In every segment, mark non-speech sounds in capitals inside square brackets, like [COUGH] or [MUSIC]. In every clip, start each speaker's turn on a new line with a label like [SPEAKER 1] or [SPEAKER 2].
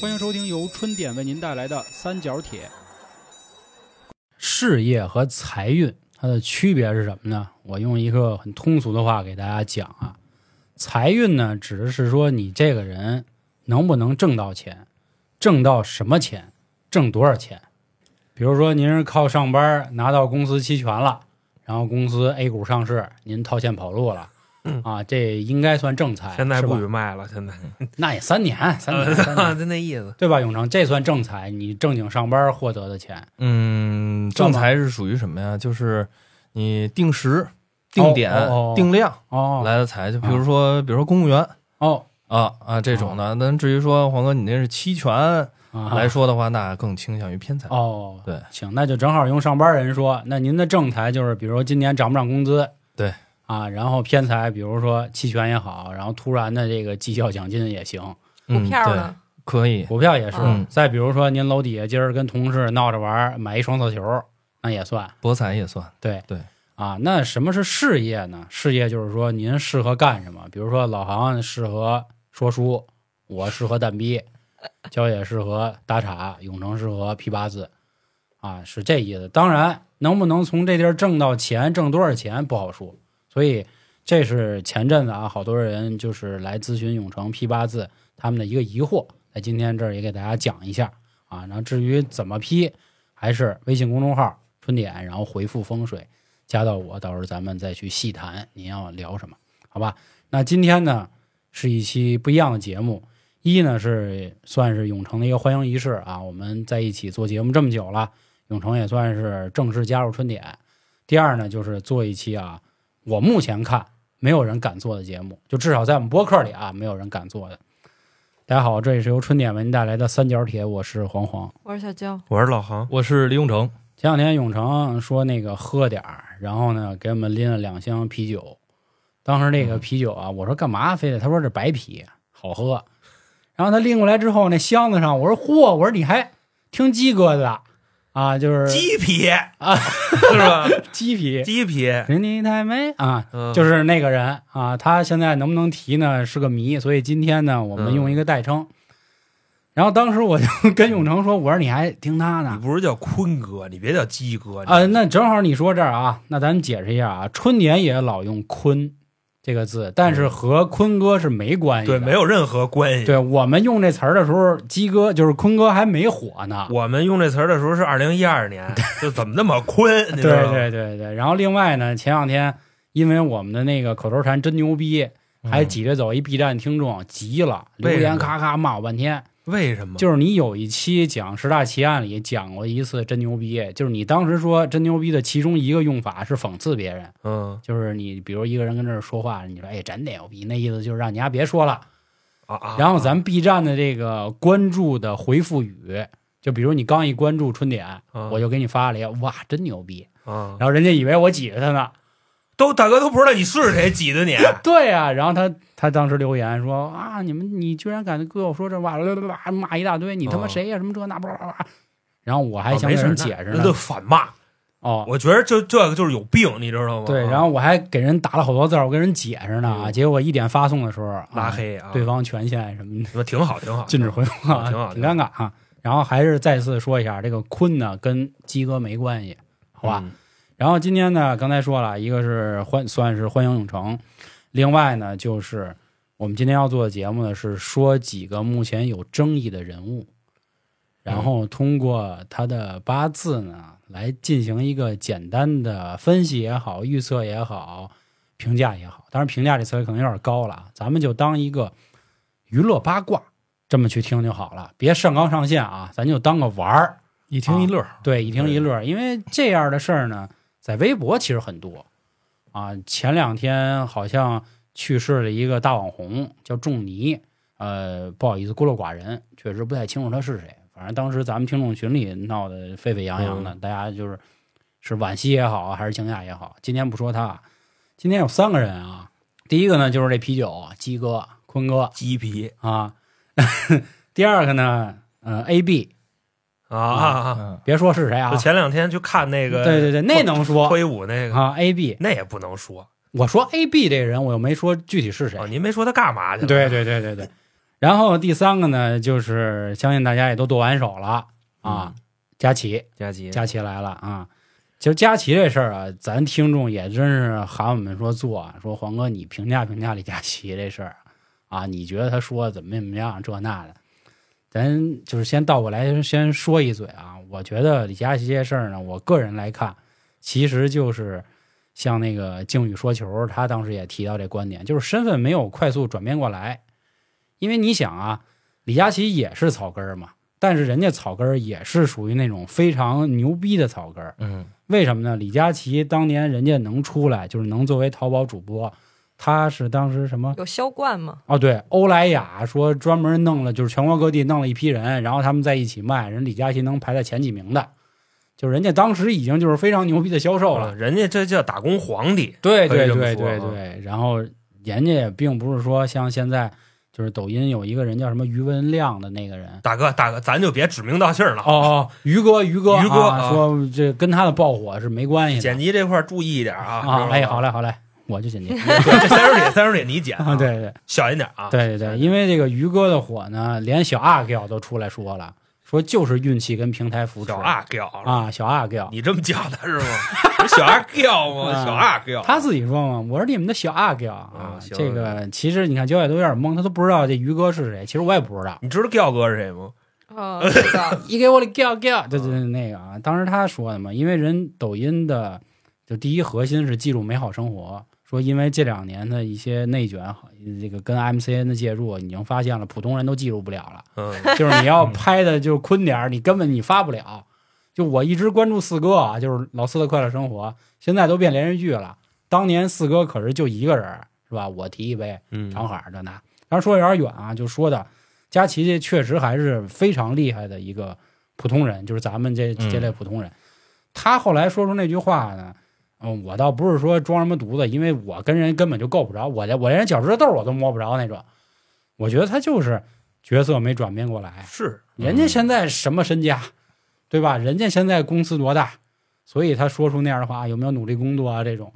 [SPEAKER 1] 欢迎收听由春点为您带来的《三角铁》。
[SPEAKER 2] 事业和财运它的区别是什么呢？我用一个很通俗的话给大家讲啊，财运呢指的是说你这个人能不能挣到钱，挣到什么钱，挣多少钱。比如说您是靠上班拿到公司期权了，然后公司 A 股上市，您套现跑路了。啊，这应该算正财，
[SPEAKER 3] 嗯现在
[SPEAKER 2] 哎是吧
[SPEAKER 3] 不许卖
[SPEAKER 2] [LAUGHS]
[SPEAKER 3] 了，现在
[SPEAKER 2] 那也三年，三年，三年
[SPEAKER 3] [LAUGHS] 就那意思。
[SPEAKER 2] 对吧？永成，这算正财，你正经上班获得的钱。
[SPEAKER 4] 嗯，
[SPEAKER 2] 知道
[SPEAKER 4] 正
[SPEAKER 2] 吗
[SPEAKER 4] 财是属于什么呀？就是你定时、定点、
[SPEAKER 2] 哦哦哦
[SPEAKER 4] 定量
[SPEAKER 2] 哦
[SPEAKER 4] 来的财，就比如说，比如说公务员
[SPEAKER 2] 哦
[SPEAKER 4] 啊啊这种的。那至于说黄哥，你那是期权
[SPEAKER 2] 啊
[SPEAKER 4] 来说的话，那更倾向于偏财。
[SPEAKER 2] 哦，
[SPEAKER 4] 对，
[SPEAKER 2] 行，那就正好用上班人说，那您的正财就是，比如说今年涨不涨工资？
[SPEAKER 4] 对
[SPEAKER 2] 啊，然后偏财，比如说期权也好，然后突然的这个绩效奖金也行，
[SPEAKER 4] 嗯
[SPEAKER 5] 股票
[SPEAKER 4] 对
[SPEAKER 5] 呢？
[SPEAKER 4] 可以，
[SPEAKER 2] 股票也是。
[SPEAKER 4] 嗯
[SPEAKER 2] 再比如说您楼底下今儿跟同事闹着玩儿，买一双色球，那也算。
[SPEAKER 4] 博彩也算。
[SPEAKER 2] 对
[SPEAKER 4] 对
[SPEAKER 2] 啊，那什么是事业呢？事业就是说您适合干什么，比如说老航适合说书，我适合蛋逼，焦野适合打岔，永成适合批八字，啊，是这意思。当然，能不能从这地儿挣到钱，挣多少钱不好说，所以这是前阵子啊，好多人就是来咨询永成批八字他们的一个疑惑，在今天这儿也给大家讲一下啊。然后至于怎么批，还是微信公众号“春点”，然后回复“风水”，加到我，到时候咱们再去细谈您要聊什么，好吧？那今天呢是一期不一样的节目，一呢是算是永成的一个欢迎仪式啊，我们在一起做节目这么久了，永成也算是正式加入春点。第二呢就是做一期啊，我目前看没有人敢做的节目，就至少在我们播客里啊，没有人敢做的。大家好，这里是由春点为您带来的三角铁，我是黄黄。
[SPEAKER 5] 我是小娇，
[SPEAKER 3] 我是老航，
[SPEAKER 4] 我是李永成，
[SPEAKER 2] 前两天永成说那个喝点儿，然后呢给我们拎了两箱啤酒。当时
[SPEAKER 3] 嗯
[SPEAKER 2] 那个啤酒啊，我说干嘛非得？他说这白啤好喝。然后他拎过来之后，那箱子上我说嚯，我说你还听鸡哥的啊，就是
[SPEAKER 3] 鸡皮
[SPEAKER 2] 啊，
[SPEAKER 3] 是吧？
[SPEAKER 2] [LAUGHS] 鸡啤，
[SPEAKER 3] 鸡皮，
[SPEAKER 2] 你太美啊，
[SPEAKER 3] 嗯，
[SPEAKER 2] 就是是那个人啊，他现在能不能提呢是个谜，所以今天呢我们
[SPEAKER 3] 嗯
[SPEAKER 2] 用一个代称。然后当时我就 [LAUGHS] 跟永成说，我说你还听他呢
[SPEAKER 3] 你？不是叫坤哥，你别叫鸡哥
[SPEAKER 2] 啊、那正好你说这儿啊，那咱们解释一下啊，春年也老用“坤”这个字，但是和坤哥是没关系的。
[SPEAKER 3] 嗯对，没。有任何关系。
[SPEAKER 2] 对我们用这词儿的时候，鸡哥就是坤哥还没火呢。
[SPEAKER 3] 我们用这词儿的时候是二零一二年，就怎么那啊么坤？
[SPEAKER 2] 对
[SPEAKER 3] 你知道吗？
[SPEAKER 2] 对对对。然后另外呢，前两天因为我们的那个口头禅真牛逼，还挤着走一 B 站听众急了，留
[SPEAKER 3] 嗯为什
[SPEAKER 2] 言
[SPEAKER 3] 么嗯
[SPEAKER 2] 咔咔骂我半天。
[SPEAKER 3] 为什么？
[SPEAKER 2] 就是你有一期讲十大奇案里讲过一次真牛逼，就是你当时说真牛逼的其中一个用法是讽刺别人。
[SPEAKER 3] 嗯
[SPEAKER 2] 就是你比如一个人跟这儿说话，你说哎真牛逼，那意思就是让你丫别说了。
[SPEAKER 3] 啊啊，
[SPEAKER 2] 然后咱们 B 站的这个关注的回复语，就比如你刚一关注春点，
[SPEAKER 3] 啊
[SPEAKER 2] 我就给你发了一个哇真牛逼，
[SPEAKER 3] 啊，
[SPEAKER 2] 然后人家以为我挤着他呢。
[SPEAKER 3] 都大哥都不知道你是谁
[SPEAKER 2] [LAUGHS]
[SPEAKER 3] 挤的你，
[SPEAKER 2] 对啊，然后他他当时留言说啊你们你居然敢跟我说这话， [LAUGHS] 啦啦啦啦骂一大堆，你他妈
[SPEAKER 3] 哦
[SPEAKER 2] 谁呀、什么这那巴拉巴拉。然后我还
[SPEAKER 3] 啊
[SPEAKER 2] 想
[SPEAKER 3] 没
[SPEAKER 2] 给
[SPEAKER 3] 事
[SPEAKER 2] 人
[SPEAKER 3] 儿
[SPEAKER 2] 解释
[SPEAKER 3] 那那
[SPEAKER 2] 呢
[SPEAKER 3] 就，反骂。
[SPEAKER 2] 哦，
[SPEAKER 3] 我觉得这这个就是有病，你知道吗？
[SPEAKER 2] 对，然后我还给人打了好多字儿，我跟人解释呢啊，
[SPEAKER 3] 嗯
[SPEAKER 2] 结果一点发送的时候啊
[SPEAKER 3] 拉黑啊，
[SPEAKER 2] 对方权限什么的。
[SPEAKER 3] 那挺好，挺好，
[SPEAKER 2] 禁止回复啊，
[SPEAKER 3] 挺好
[SPEAKER 2] 挺尴尬啊。然后还是再次说一下，这个坤呢跟鸡哥没关系，好吧？
[SPEAKER 3] 嗯
[SPEAKER 2] 然后今天呢，刚才说了一个是欢，算是欢迎永城，另外呢就是我们今天要做的节目呢是说几个目前有争议的人物，然后通过他的八字呢来进行一个简单的分析也好，预测也好，评价也好。当然，评价这词儿可能有点高了，啊，咱们就当一个娱乐八卦这么去听就好了，别上纲上线啊，咱就当个玩儿。
[SPEAKER 4] 一听一乐，
[SPEAKER 2] 对，一听一乐。因为这样的事儿呢，在微博其实很多啊。前两天好像去世了一个大网红，叫仲尼，呃，不好意思，孤陋寡人，确实不太清楚他是谁。反正当时咱们听众群里闹得沸沸扬扬的，大家就是是惋惜也好，还是惊讶也好。今天不说他，今天有三个人啊。第一个呢，就是这啤酒啊鸡哥、坤哥
[SPEAKER 3] 鸡皮
[SPEAKER 2] 啊。第二个呢，呃，A B，
[SPEAKER 3] 啊啊
[SPEAKER 4] 嗯，
[SPEAKER 2] 别说是谁啊
[SPEAKER 3] 啊！就，前两天去看那个，
[SPEAKER 2] 对对对，那能说
[SPEAKER 3] 脱衣舞那个，
[SPEAKER 2] 啊？A B，
[SPEAKER 3] 那也不能说
[SPEAKER 2] 我说 A B 这个人，我又没说具体是谁。
[SPEAKER 3] 哦啊。您没说他干嘛去了？
[SPEAKER 2] 对对对对对。 [LAUGHS] 然后第三个呢，就是相信大家也都剁完手了啊，佳琪，
[SPEAKER 3] 佳琪，
[SPEAKER 2] 佳琪来了啊。其实佳琪这事儿啊，咱听众也真是喊我们说做啊，说黄哥你评价评价李佳琦这事儿啊，你觉得他说怎么怎么样这那的，咱就是先倒过来先说一嘴啊。我觉得李佳琦这事儿呢，我个人来看，其实就是像那个靖宇说球，他当时也提到这观点，就是身份没有快速转变过来，因为你想啊，李佳琦也是草根儿嘛，但是人家草根儿也是属于那种非常牛逼的草根儿。
[SPEAKER 3] 嗯，
[SPEAKER 2] 为什么呢？李佳琦当年人家能出来，就是能作为淘宝主播，他是当时什么？
[SPEAKER 5] 有销冠吗？
[SPEAKER 2] 哦，对，欧莱雅说专门弄了，就是全国各地弄了一批人，然后他们在一起卖，人李佳琦能排在前几名的，就是人家当时已经就是非常牛逼的销售了。
[SPEAKER 3] 嗯人家这叫打工皇帝，
[SPEAKER 2] 对
[SPEAKER 3] 可
[SPEAKER 2] 对
[SPEAKER 3] 以这么
[SPEAKER 2] 对
[SPEAKER 3] 说
[SPEAKER 2] 对
[SPEAKER 3] 啊
[SPEAKER 2] 对，然后人家也并不是说像现在就是抖音有一个人叫什么余文亮的那个人，
[SPEAKER 3] 大哥大哥，咱就别指名道姓了。
[SPEAKER 2] 哦哦，于哥于哥
[SPEAKER 3] 于哥
[SPEAKER 2] 啊
[SPEAKER 3] 啊
[SPEAKER 2] 说这跟他的爆火是没关系的
[SPEAKER 3] 剪辑这块儿注意一点啊！
[SPEAKER 2] 啊，哎，好
[SPEAKER 3] 嘞，
[SPEAKER 2] 嘞好嘞，我就 [LAUGHS] 剪辑
[SPEAKER 3] 这三叔姐，三叔姐你剪
[SPEAKER 2] 啊，，对对
[SPEAKER 3] 小一点啊。
[SPEAKER 2] 对对对，因为这个于哥的火呢，连小阿 Giao 都出来说了，说就是运气跟平台扶持
[SPEAKER 3] 小阿 Giao，
[SPEAKER 2] 啊，小阿 Giao
[SPEAKER 3] 你这么叫他是吗？不是小阿 Giao 吗？
[SPEAKER 2] 啊
[SPEAKER 3] 小阿 Giao，
[SPEAKER 2] 他自己说嘛，我是你们的小阿 Giao 啊
[SPEAKER 3] 嗯，行
[SPEAKER 2] 这个其实你看焦野都有点懵，他都不知道这于哥是谁，其实我也不知道。
[SPEAKER 3] 你知道 Giao 哥是谁吗？
[SPEAKER 5] 啊，这个
[SPEAKER 2] 一给我的 giao giao，对对对，那个啊，当时他说的嘛，因为人抖音的就第一核心是记录美好生活，说因为这两年的一些内卷，这个跟 MCN 的介入，已经发现了普通人都记录不了 [LAUGHS] 了，
[SPEAKER 3] 嗯，
[SPEAKER 2] 就是你要拍的就是坤点儿，你根本你发不了。就我一直关注四哥啊，就是老四的快乐生活，现在都变连续剧了。当年四哥可是就一个人儿，是吧？我提一杯，
[SPEAKER 3] 嗯
[SPEAKER 2] 长海儿的呢。当然说有点远啊，就说的佳琪这确实还是非常厉害的一个普通人，就是咱们这
[SPEAKER 4] 嗯
[SPEAKER 2] 这类普通人。他后来说出那句话呢，嗯，我倒不是说装什么犊子，因为我跟人根本就够不着，我连我连脚趾头豆我都摸不着那种。我觉得他就是角色没转变过来，
[SPEAKER 3] 是
[SPEAKER 2] 人家现在什么身家，对吧？人家现在公司多大，所以他说出那样的话，有没有努力工作啊这种。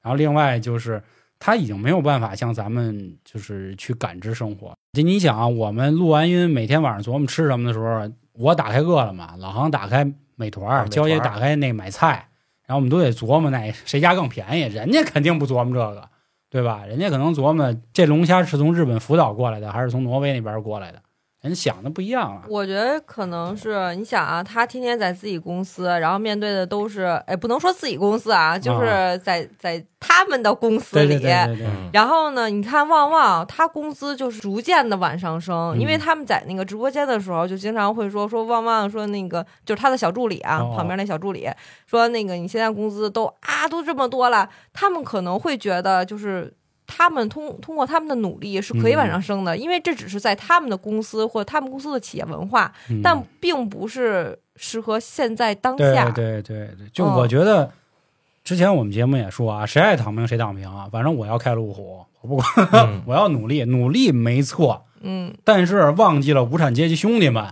[SPEAKER 2] 然后另外就是他已经没有办法像咱们就是去感知生活。就你想啊，我们录完音每天晚上琢磨吃什么的时候，我打开饿了么，老航打开美团
[SPEAKER 3] 啊
[SPEAKER 2] 儿，
[SPEAKER 3] 美团
[SPEAKER 2] 娇姐打开那买菜，然后我们都得琢磨那谁家更便宜，人家肯定不琢磨这个。对吧？人家可能琢磨这龙虾是从日本福岛过来的，还是从挪威那边过来的，人家想的不一样啊了。
[SPEAKER 5] 我觉得可能是你想啊，他天天在自己公司，然后面对的都是，哎，不能说自己公司啊，就是在、在他们的公司
[SPEAKER 2] 对
[SPEAKER 5] 里。
[SPEAKER 2] 对对对对，
[SPEAKER 5] 然后呢，你看旺旺，他工资就是逐渐的往上升，
[SPEAKER 2] 嗯
[SPEAKER 5] 因为他们在那个直播间的时候，就经常会说说旺旺说那个就是他的小助理啊，
[SPEAKER 2] 哦
[SPEAKER 5] 旁边那小助理说那个你现在工资都啊都这么多了，他们可能会觉得就是。他们通通过他们的努力是可以往上升
[SPEAKER 2] 嗯
[SPEAKER 5] 的，因为这只是在他们的公司或他们公司的企业文化，
[SPEAKER 2] 嗯
[SPEAKER 5] 但并不是适合现在当
[SPEAKER 2] 对
[SPEAKER 5] 下。
[SPEAKER 2] 对对对，就
[SPEAKER 5] 嗯
[SPEAKER 2] 我觉得之前我们节目也说啊，谁爱躺平谁躺平啊，反正我要开路虎，我不管，
[SPEAKER 4] 嗯
[SPEAKER 2] [LAUGHS] 我要努力，努力没错，
[SPEAKER 5] 嗯，
[SPEAKER 2] 但是忘记了无产阶级兄弟
[SPEAKER 5] [LAUGHS]
[SPEAKER 2] 们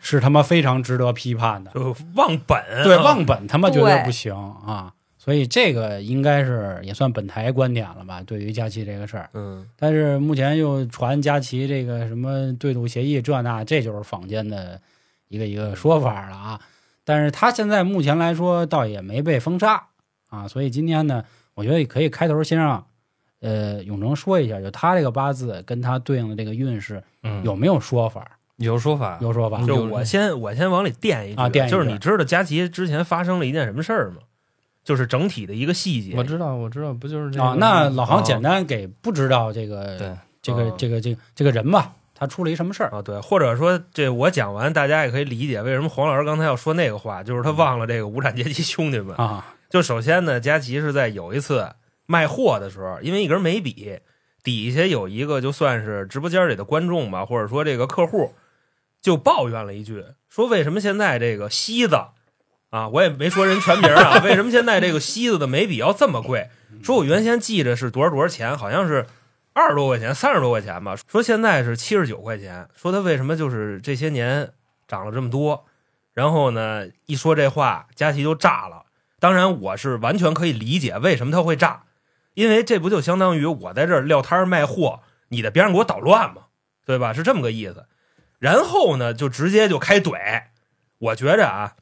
[SPEAKER 2] 是他妈非常值得批判的，
[SPEAKER 3] 就忘本，
[SPEAKER 2] 对，
[SPEAKER 3] 啊
[SPEAKER 2] 忘本他妈绝对
[SPEAKER 5] 对
[SPEAKER 2] 不行啊。所以这个应该是也算本台观点了吧，对于假期这个事儿。
[SPEAKER 3] 嗯，
[SPEAKER 2] 但是目前又传佳琪这个什么对赌协议这那，这就是坊间的一个一个说法了啊。但是他现在目前来说倒也没被封杀啊，所以今天呢，我觉得也可以开头先让呃永成说一下，就他这个八字跟他对应的这个运势
[SPEAKER 4] 嗯，
[SPEAKER 2] 有没有说法？
[SPEAKER 4] 有说法，
[SPEAKER 2] 有说法
[SPEAKER 4] 嗯
[SPEAKER 3] 就
[SPEAKER 4] 有
[SPEAKER 3] 我先我先往里垫一句
[SPEAKER 2] 啊垫一句
[SPEAKER 3] 就是你知道佳琪之前发生了一件什么事儿吗？就是整体的一个细节，
[SPEAKER 4] 我知道，我知道，不就是这个
[SPEAKER 2] 啊？那老
[SPEAKER 3] 哦
[SPEAKER 2] 航简单给不知道这
[SPEAKER 4] 对
[SPEAKER 2] 个这个
[SPEAKER 3] 嗯
[SPEAKER 2] 这个这个这个人吧，他出了一什么事儿？
[SPEAKER 3] 啊，对，或者说这我讲完，大家也可以理解为什么黄老师刚才要说那个话，就是他忘了这个无产阶级兄弟们。
[SPEAKER 2] 啊，
[SPEAKER 3] 就首先呢，佳琪是在有一次卖货的时候，因为一根眉笔底下有一个就算是直播间里的观众吧，或者说这个客户，就抱怨了一句，说为什么现在这个西子啊，我也没说人全名啊， [LAUGHS] 为什么现在这个西子的眉笔要这么贵？说我原先记着是多少多少钱，好像是二十多块钱、三十多块钱吧，说现在是七十九块钱，说他为什么就是这些年涨了这么多？然后呢，一说这话，佳琪就炸了。当然，我是完全可以理解为什么他会炸，因为这不就相当于我在这儿撂摊儿卖货，你在边上给我捣乱吗？对吧？是这么个意思。然后呢，就直接就开怼。我觉着啊，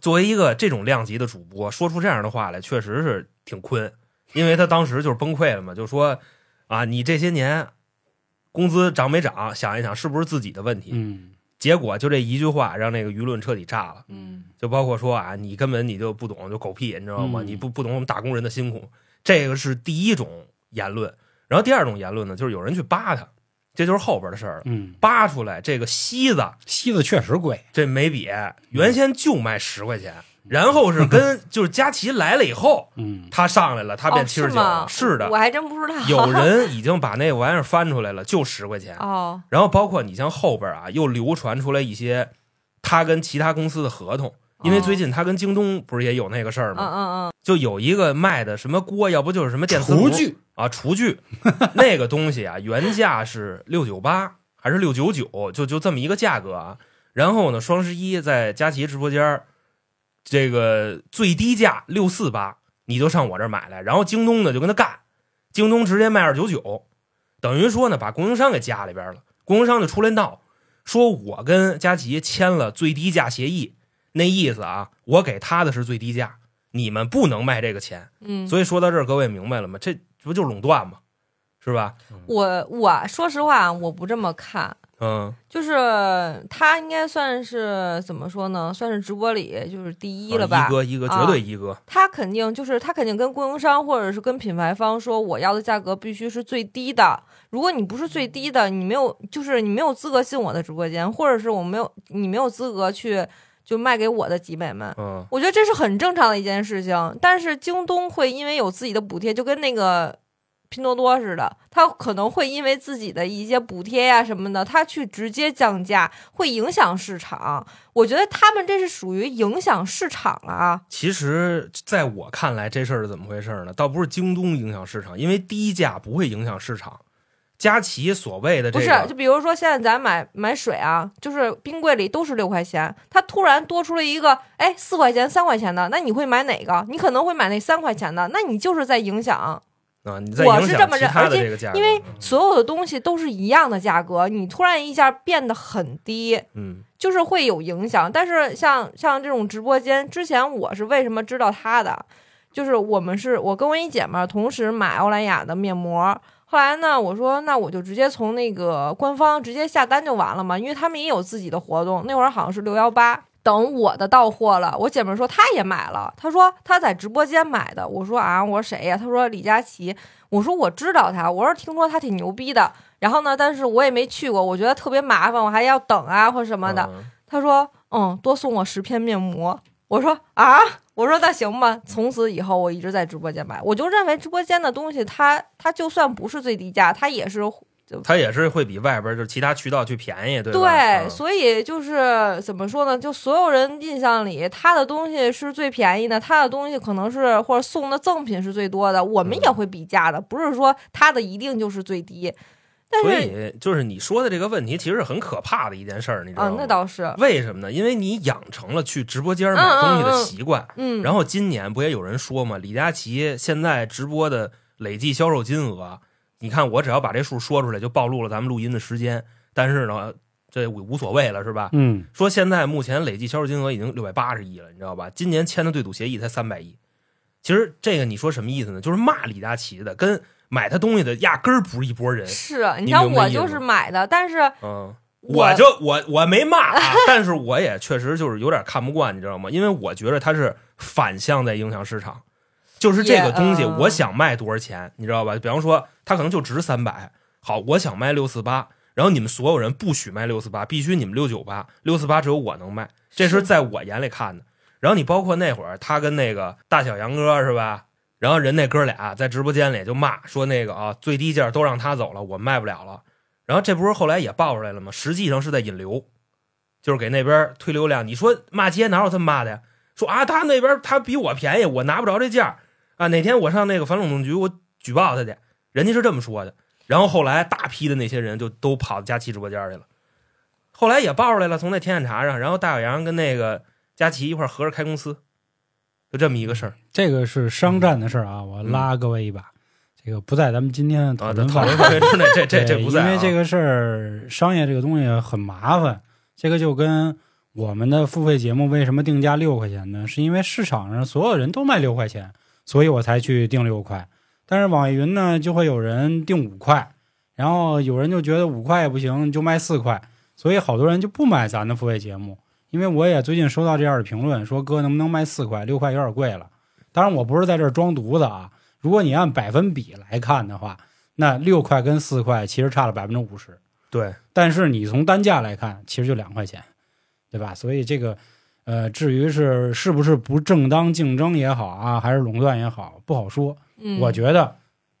[SPEAKER 3] 作为一个这种量级的主播，说出这样的话来，确实是挺困，因为他当时就是崩溃了嘛，就说啊，你这些年工资涨没涨？想一想是不是自己的问题？
[SPEAKER 2] 嗯
[SPEAKER 3] 结果就这一句话，让那个舆论彻底炸了。
[SPEAKER 5] 嗯，
[SPEAKER 3] 就包括说啊，你根本你就不懂，就狗屁，你知道吗？
[SPEAKER 2] 嗯
[SPEAKER 3] 你不不懂我们打工人的辛苦，这个是第一种言论。然后第二种言论呢，就是有人去扒他，这就是后边的事儿了。
[SPEAKER 2] 嗯，
[SPEAKER 3] 扒出来这个西子，
[SPEAKER 2] 西子确实贵，
[SPEAKER 3] 这眉笔原先就卖十块钱，然后是 [LAUGHS] 跟就是佳琪来了以后，
[SPEAKER 2] 嗯
[SPEAKER 3] 他上来了，他变
[SPEAKER 5] 哦
[SPEAKER 3] 七十
[SPEAKER 5] 是
[SPEAKER 3] 九
[SPEAKER 5] 吗，
[SPEAKER 3] 是的
[SPEAKER 5] 我，还真不知道。
[SPEAKER 3] 有人已经把那玩意儿翻出来了，就十块钱。
[SPEAKER 5] 哦，
[SPEAKER 3] 然后包括你像后边啊，又流传出来一些他跟其他公司的合同，因为最近他跟京东不是也有那个事儿
[SPEAKER 5] 哦嗯
[SPEAKER 3] 吗？
[SPEAKER 5] 嗯嗯，
[SPEAKER 3] 就有一个卖的什么锅，要不就是什么电磁炉
[SPEAKER 2] 厨具
[SPEAKER 3] 啊，厨具那个东西啊，原价是六九八还是六九九，就就这么一个价格啊。然后呢，双十一在佳琦直播间儿这个最低价六四八，你就上我这儿买来，然后京东呢就跟他干，京东直接卖二九九，等于说呢把供应商给加里边了，供应商就出来闹，说我跟佳琦签了最低价协议，那意思啊，我给他的是最低价，你们不能卖这个钱。
[SPEAKER 5] 嗯，
[SPEAKER 3] 所以说到这儿，各位明白了吗？这这不就是垄断吗？是吧？
[SPEAKER 5] 我我说实话，我不这么看，
[SPEAKER 3] 嗯，
[SPEAKER 5] 就是他应该算是怎么说呢？算是直播里就是第一了吧？
[SPEAKER 3] 一哥一哥
[SPEAKER 5] 啊
[SPEAKER 3] 绝对一哥，
[SPEAKER 5] 他肯定就是他肯定跟供应商或者是跟品牌方说，我要的价格必须是最低的。如果你不是最低的，你没有就是你没有资格进我的直播间，或者是我没有你没有资格去就卖给我的姐妹们。
[SPEAKER 3] 嗯，
[SPEAKER 5] 我觉得这是很正常的一件事情，但是京东会因为有自己的补贴，就跟那个拼多多似的，它可能会因为自己的一些补贴呀、什么的，它去直接降价，会影响市场。我觉得他们这是属于影响市场了啊。
[SPEAKER 3] 其实在我看来，这事儿是怎么回事呢？倒不是京东影响市场，因为低价不会影响市场。佳琦所谓的这
[SPEAKER 5] 不是，
[SPEAKER 3] 个
[SPEAKER 5] 就比如说现在咱买买水啊，就是冰柜里都是六块钱，它突然多出了一个，哎，四块钱、三块钱的，那你会买哪个？你可能会买那三块钱的，那你就是在影响。
[SPEAKER 3] 啊，你在
[SPEAKER 5] 我
[SPEAKER 3] 影
[SPEAKER 5] 是
[SPEAKER 3] 响
[SPEAKER 5] 这么
[SPEAKER 3] 其
[SPEAKER 5] 认
[SPEAKER 3] 他
[SPEAKER 5] 而
[SPEAKER 3] 的
[SPEAKER 5] 且
[SPEAKER 3] 这个价格，
[SPEAKER 5] 因为所有的东西都是一样的价格，你突然一下变得很低，
[SPEAKER 3] 嗯
[SPEAKER 5] 就是会有影响。但是像像这种直播间，之前我是为什么知道它的？就是我们是我跟我一姐们儿同时买欧莱雅的面膜，后来呢，我说那我就直接从那个官方直接下单就完了嘛，因为他们也有自己的活动，那会儿好像是六幺八。等我的到货了，我姐们儿说她也买了，她说她在直播间买的。我说啊，我说谁呀、她说李佳琦。我说我知道她，我说听说她挺牛逼的。然后呢，但是我也没去过，我觉得特别麻烦，我还要等啊或什么的。
[SPEAKER 3] 嗯
[SPEAKER 5] 他说：“嗯，多送我十片面膜。”我说：“啊，我说那行吧。”从此以后，我一直在直播间买，我就认为直播间的东西它，它就算不是最低价，它也是
[SPEAKER 3] 它也是会比外边就是其他渠道去便宜，对吧？
[SPEAKER 5] 对，
[SPEAKER 3] 嗯
[SPEAKER 5] 所以就是怎么说呢？就所有人印象里，他的东西是最便宜的，他的东西可能是或者送的赠品是最多的。我们
[SPEAKER 3] 嗯
[SPEAKER 5] 也会比价的，不是说他的一定就是最低，但
[SPEAKER 3] 所
[SPEAKER 5] 是
[SPEAKER 3] 以就是你说的这个问题，其实是很可怕的一件事儿，你知道
[SPEAKER 5] 啊
[SPEAKER 3] 吗？，
[SPEAKER 5] 那倒是，
[SPEAKER 3] 为什么呢？因为你养成了去直播间买东西的习惯。
[SPEAKER 5] 嗯，
[SPEAKER 3] 然后今年不也有人说吗？李佳琦现在直播的累计销售金额，你看我只要把这数说出来，就暴露了咱们录音的时间。但是呢，这无所谓了，是吧？
[SPEAKER 2] 嗯
[SPEAKER 3] 说现在目前累计销售金额已经六百八十亿了，你知道吧？今年签的对赌协议才三百亿。其实这个你说什么意思呢？就是骂李佳琦的跟买他东西的压根儿不是一
[SPEAKER 5] [LAUGHS]
[SPEAKER 3] 拨人。
[SPEAKER 5] 是啊你
[SPEAKER 3] 你
[SPEAKER 5] 像
[SPEAKER 3] 明白
[SPEAKER 5] 我
[SPEAKER 3] 意思
[SPEAKER 5] 就是
[SPEAKER 3] 吗
[SPEAKER 5] 买的，但是
[SPEAKER 3] 嗯，我就我我没骂啊，但是我也确实就是有点看不惯，你知道吗？因为我觉得它是反向在影响市场，就是这个东西，
[SPEAKER 5] 也呃
[SPEAKER 3] 我想卖多少钱，你知道吧？比方说它可能就值三百，好，我想卖六四八，然后你们所有人不许卖六四八，必须你们六九八，六四八只有我能卖，这是在我眼里看的。然后你包括那会儿他跟那个大小杨哥是吧？然后人那哥俩在直播间里就骂说那个啊最低价都让他走了，我卖不了了。然后这不是后来也爆出来了吗？实际上是在引流，就是给那边推流量。你说骂街哪有这么骂的呀？说啊，他那边他比我便宜，我拿不着这价啊。哪天我上那个反垄断局，我举报他去，人家是这么说的。然后后来大批的那些人就都跑到佳琦直播间去了，后来也爆出来了，从那天眼查上，然后大小杨跟那个佳琦一块儿合着开公司，就这么一个事儿。
[SPEAKER 2] 这个是商战的事儿啊，我拉各位一把。这个不在咱们今天的讨
[SPEAKER 3] 啊，这
[SPEAKER 2] 论
[SPEAKER 3] 讨
[SPEAKER 2] 范围
[SPEAKER 3] 论。范 [LAUGHS] 围之内，这这
[SPEAKER 2] 嗯
[SPEAKER 3] 这
[SPEAKER 2] 对
[SPEAKER 3] 不在、啊，
[SPEAKER 2] 因为这个事儿，商业这个东西很麻烦。这个就跟我们的付费节目为什么定价六块钱呢？是因为市场上所有人都卖六块钱，所以我才去定六块。但是网易云呢，就会有人定五块，然后有人就觉得五块也不行，就卖四块，所以好多人就不买咱的付费节目。因为我也最近收到这样的评论，说哥能不能卖四块？六块有点贵了。当然，我不是在这儿装犊子啊。如果你按百分比来看的话，那六块跟四块其实差了百分之五十，
[SPEAKER 3] 对，啊
[SPEAKER 2] 但是你从单价来看，其实就两块钱，对吧？所以这个，呃，至于是是不是不正当竞争也好啊，还是垄断也好，不好说。
[SPEAKER 5] 嗯，
[SPEAKER 2] 我觉得，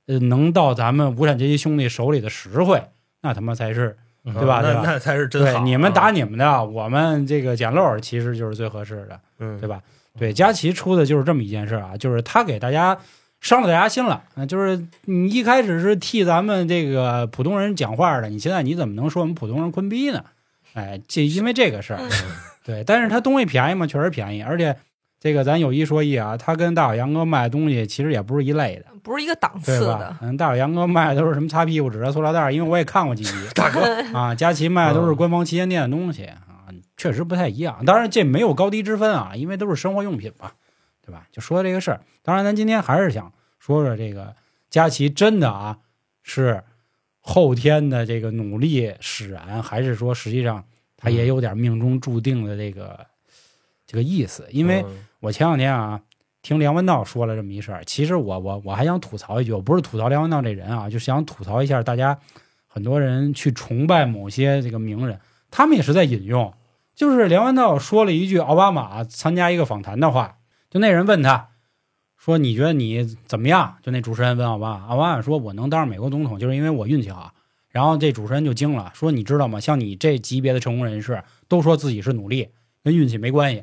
[SPEAKER 2] 呃，能到咱们无产阶级兄弟手里的实惠，那他妈才是
[SPEAKER 4] 嗯
[SPEAKER 2] 对吧？
[SPEAKER 3] 那
[SPEAKER 2] 对吧？
[SPEAKER 3] 那才是真
[SPEAKER 2] 对
[SPEAKER 3] 好。，
[SPEAKER 2] 你们打
[SPEAKER 3] 啊，
[SPEAKER 2] 你们的，我们这个捡漏儿其实就是最合适的。
[SPEAKER 3] 嗯，
[SPEAKER 2] 对吧对，佳琪出的就是这么一件事儿啊，就是他给大家伤了大家心了。那就是你一开始是替咱们这个普通人讲话的，你现在你怎么能说我们普通人坤逼呢？哎，这因为这个事儿， [LAUGHS] 对，但是它东西便宜嘛，确实便宜，而且这个咱有一说一啊，他跟大小杨哥卖的东西其实也不是一类的，
[SPEAKER 5] 不是一个档次
[SPEAKER 2] 对
[SPEAKER 5] 的
[SPEAKER 2] 吧，？嗯，大小杨哥卖的都是什么擦屁股纸啊、塑料袋儿，因为我也看过几集，
[SPEAKER 3] [LAUGHS] 大哥，嗯
[SPEAKER 2] 啊，佳琦卖的都是官方旗舰店的东西啊，确实不太一样。当然，这没有高低之分啊，因为都是生活用品嘛，对吧？就说这个事儿。当然，咱今天还是想说说这个佳琦真的啊，是后天的这个努力使然，还是说实际上他
[SPEAKER 3] 嗯
[SPEAKER 2] 也有点命中注定的这个、这个意思？因为
[SPEAKER 3] 嗯
[SPEAKER 2] 我前两天啊。听梁文道说了这么一事儿，其实我我我还想吐槽一句，我不是吐槽梁文道这人啊，就想吐槽一下大家很多人去崇拜某些这个名人，他们也是在引用，就是梁文道说了一句奥巴马参加一个访谈的话，就那人问他说：“你觉得你怎么样？”就那主持人问奥巴马，奥巴马说：“我能当上美国总统，就是因为我运气好。”然后这主持人就惊了，说：“你知道吗？像你这级别的成功人士，都说自己是努力，跟运气没关系。”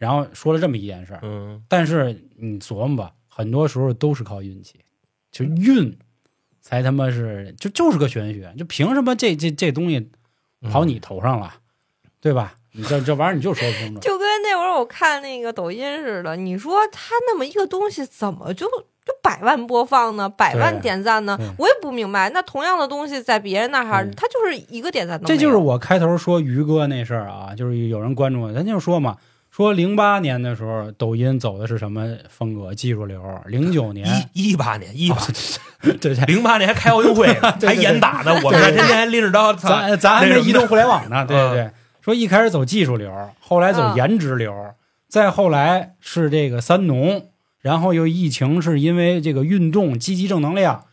[SPEAKER 2] 然后说了这么一件事儿，
[SPEAKER 3] 嗯，
[SPEAKER 2] 但是你琢磨吧，很多时候都是靠运气，就运才他妈是就就是个玄学，就凭什么这这这东西
[SPEAKER 4] 嗯
[SPEAKER 2] 跑你头上了，对吧？你这这玩意儿你就说不清楚。
[SPEAKER 5] 就跟那会儿我看那个抖音似的，你说他那么一个东西怎么就就百万播放呢，百万点赞呢
[SPEAKER 2] 对？
[SPEAKER 5] 我也不明白。那同样的东西在别人那儿
[SPEAKER 2] 嗯，
[SPEAKER 5] 他就是一个点赞都没
[SPEAKER 2] 这
[SPEAKER 5] 有
[SPEAKER 2] 就是我开头说于哥那事儿啊，就是有人关注我，咱就说嘛，说零八年的时候抖音走的是什么风格技术流，零九
[SPEAKER 5] [LAUGHS]
[SPEAKER 2] 年
[SPEAKER 3] 一一八年，一八
[SPEAKER 2] 对对，
[SPEAKER 3] 零八年还开奥运会呢，
[SPEAKER 2] [LAUGHS] 对对对
[SPEAKER 3] 还严打呢，我们还天天还拎着刀，操
[SPEAKER 2] 咱咱还
[SPEAKER 3] 那
[SPEAKER 2] 没
[SPEAKER 3] 什么
[SPEAKER 2] 移动互联网呢，对
[SPEAKER 3] 嗯
[SPEAKER 2] 对对。说一开始走技术流，后来走
[SPEAKER 5] 嗯
[SPEAKER 2] 颜值流，再后来是这个三农，然后又疫情是因为这个运动积极正能量，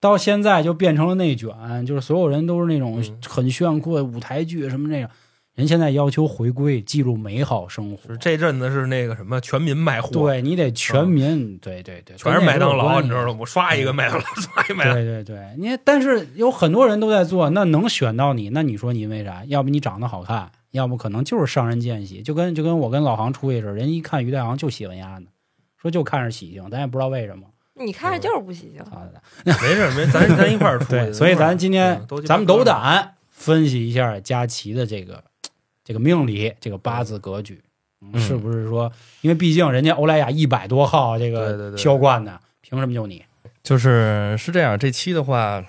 [SPEAKER 2] 到现在就变成了内卷，就是所有人都是那种
[SPEAKER 3] 嗯
[SPEAKER 2] 很炫酷的舞台剧什么那种。人现在要求回归，记录美好生活
[SPEAKER 3] 是，这阵子是那个什么全民卖货，，
[SPEAKER 2] 对你得全民，对对对，
[SPEAKER 3] 全是麦当劳，你知
[SPEAKER 2] 吗？
[SPEAKER 3] 道吗？我刷
[SPEAKER 2] 嗯
[SPEAKER 3] 一个麦当劳，刷一个麦当劳，
[SPEAKER 2] 对对对，你但是有很多人都在做，那能选到你，那你说你因为啥？要不你长得好看，要不可能就是上人见喜，就跟就跟我跟老航出去似的，人一看于大航就喜欢丫的，说就看着喜庆，咱也不知道为什么。
[SPEAKER 5] 你看着就是不喜
[SPEAKER 3] 嗯
[SPEAKER 5] 庆。
[SPEAKER 2] 操他
[SPEAKER 3] 没事没，咱咱一块儿出去
[SPEAKER 2] 对，所以咱今天
[SPEAKER 3] 嗯都鸡巴
[SPEAKER 2] 咱们斗胆分析一下佳琪的这个这个命理，这个八字格局，嗯
[SPEAKER 4] 嗯
[SPEAKER 2] 是不是说，因为毕竟人家欧莱雅一百多号这
[SPEAKER 3] 对对
[SPEAKER 2] 个
[SPEAKER 3] 对
[SPEAKER 2] 销冠呢，凭什么就你？
[SPEAKER 4] 就是是这样，这期的话，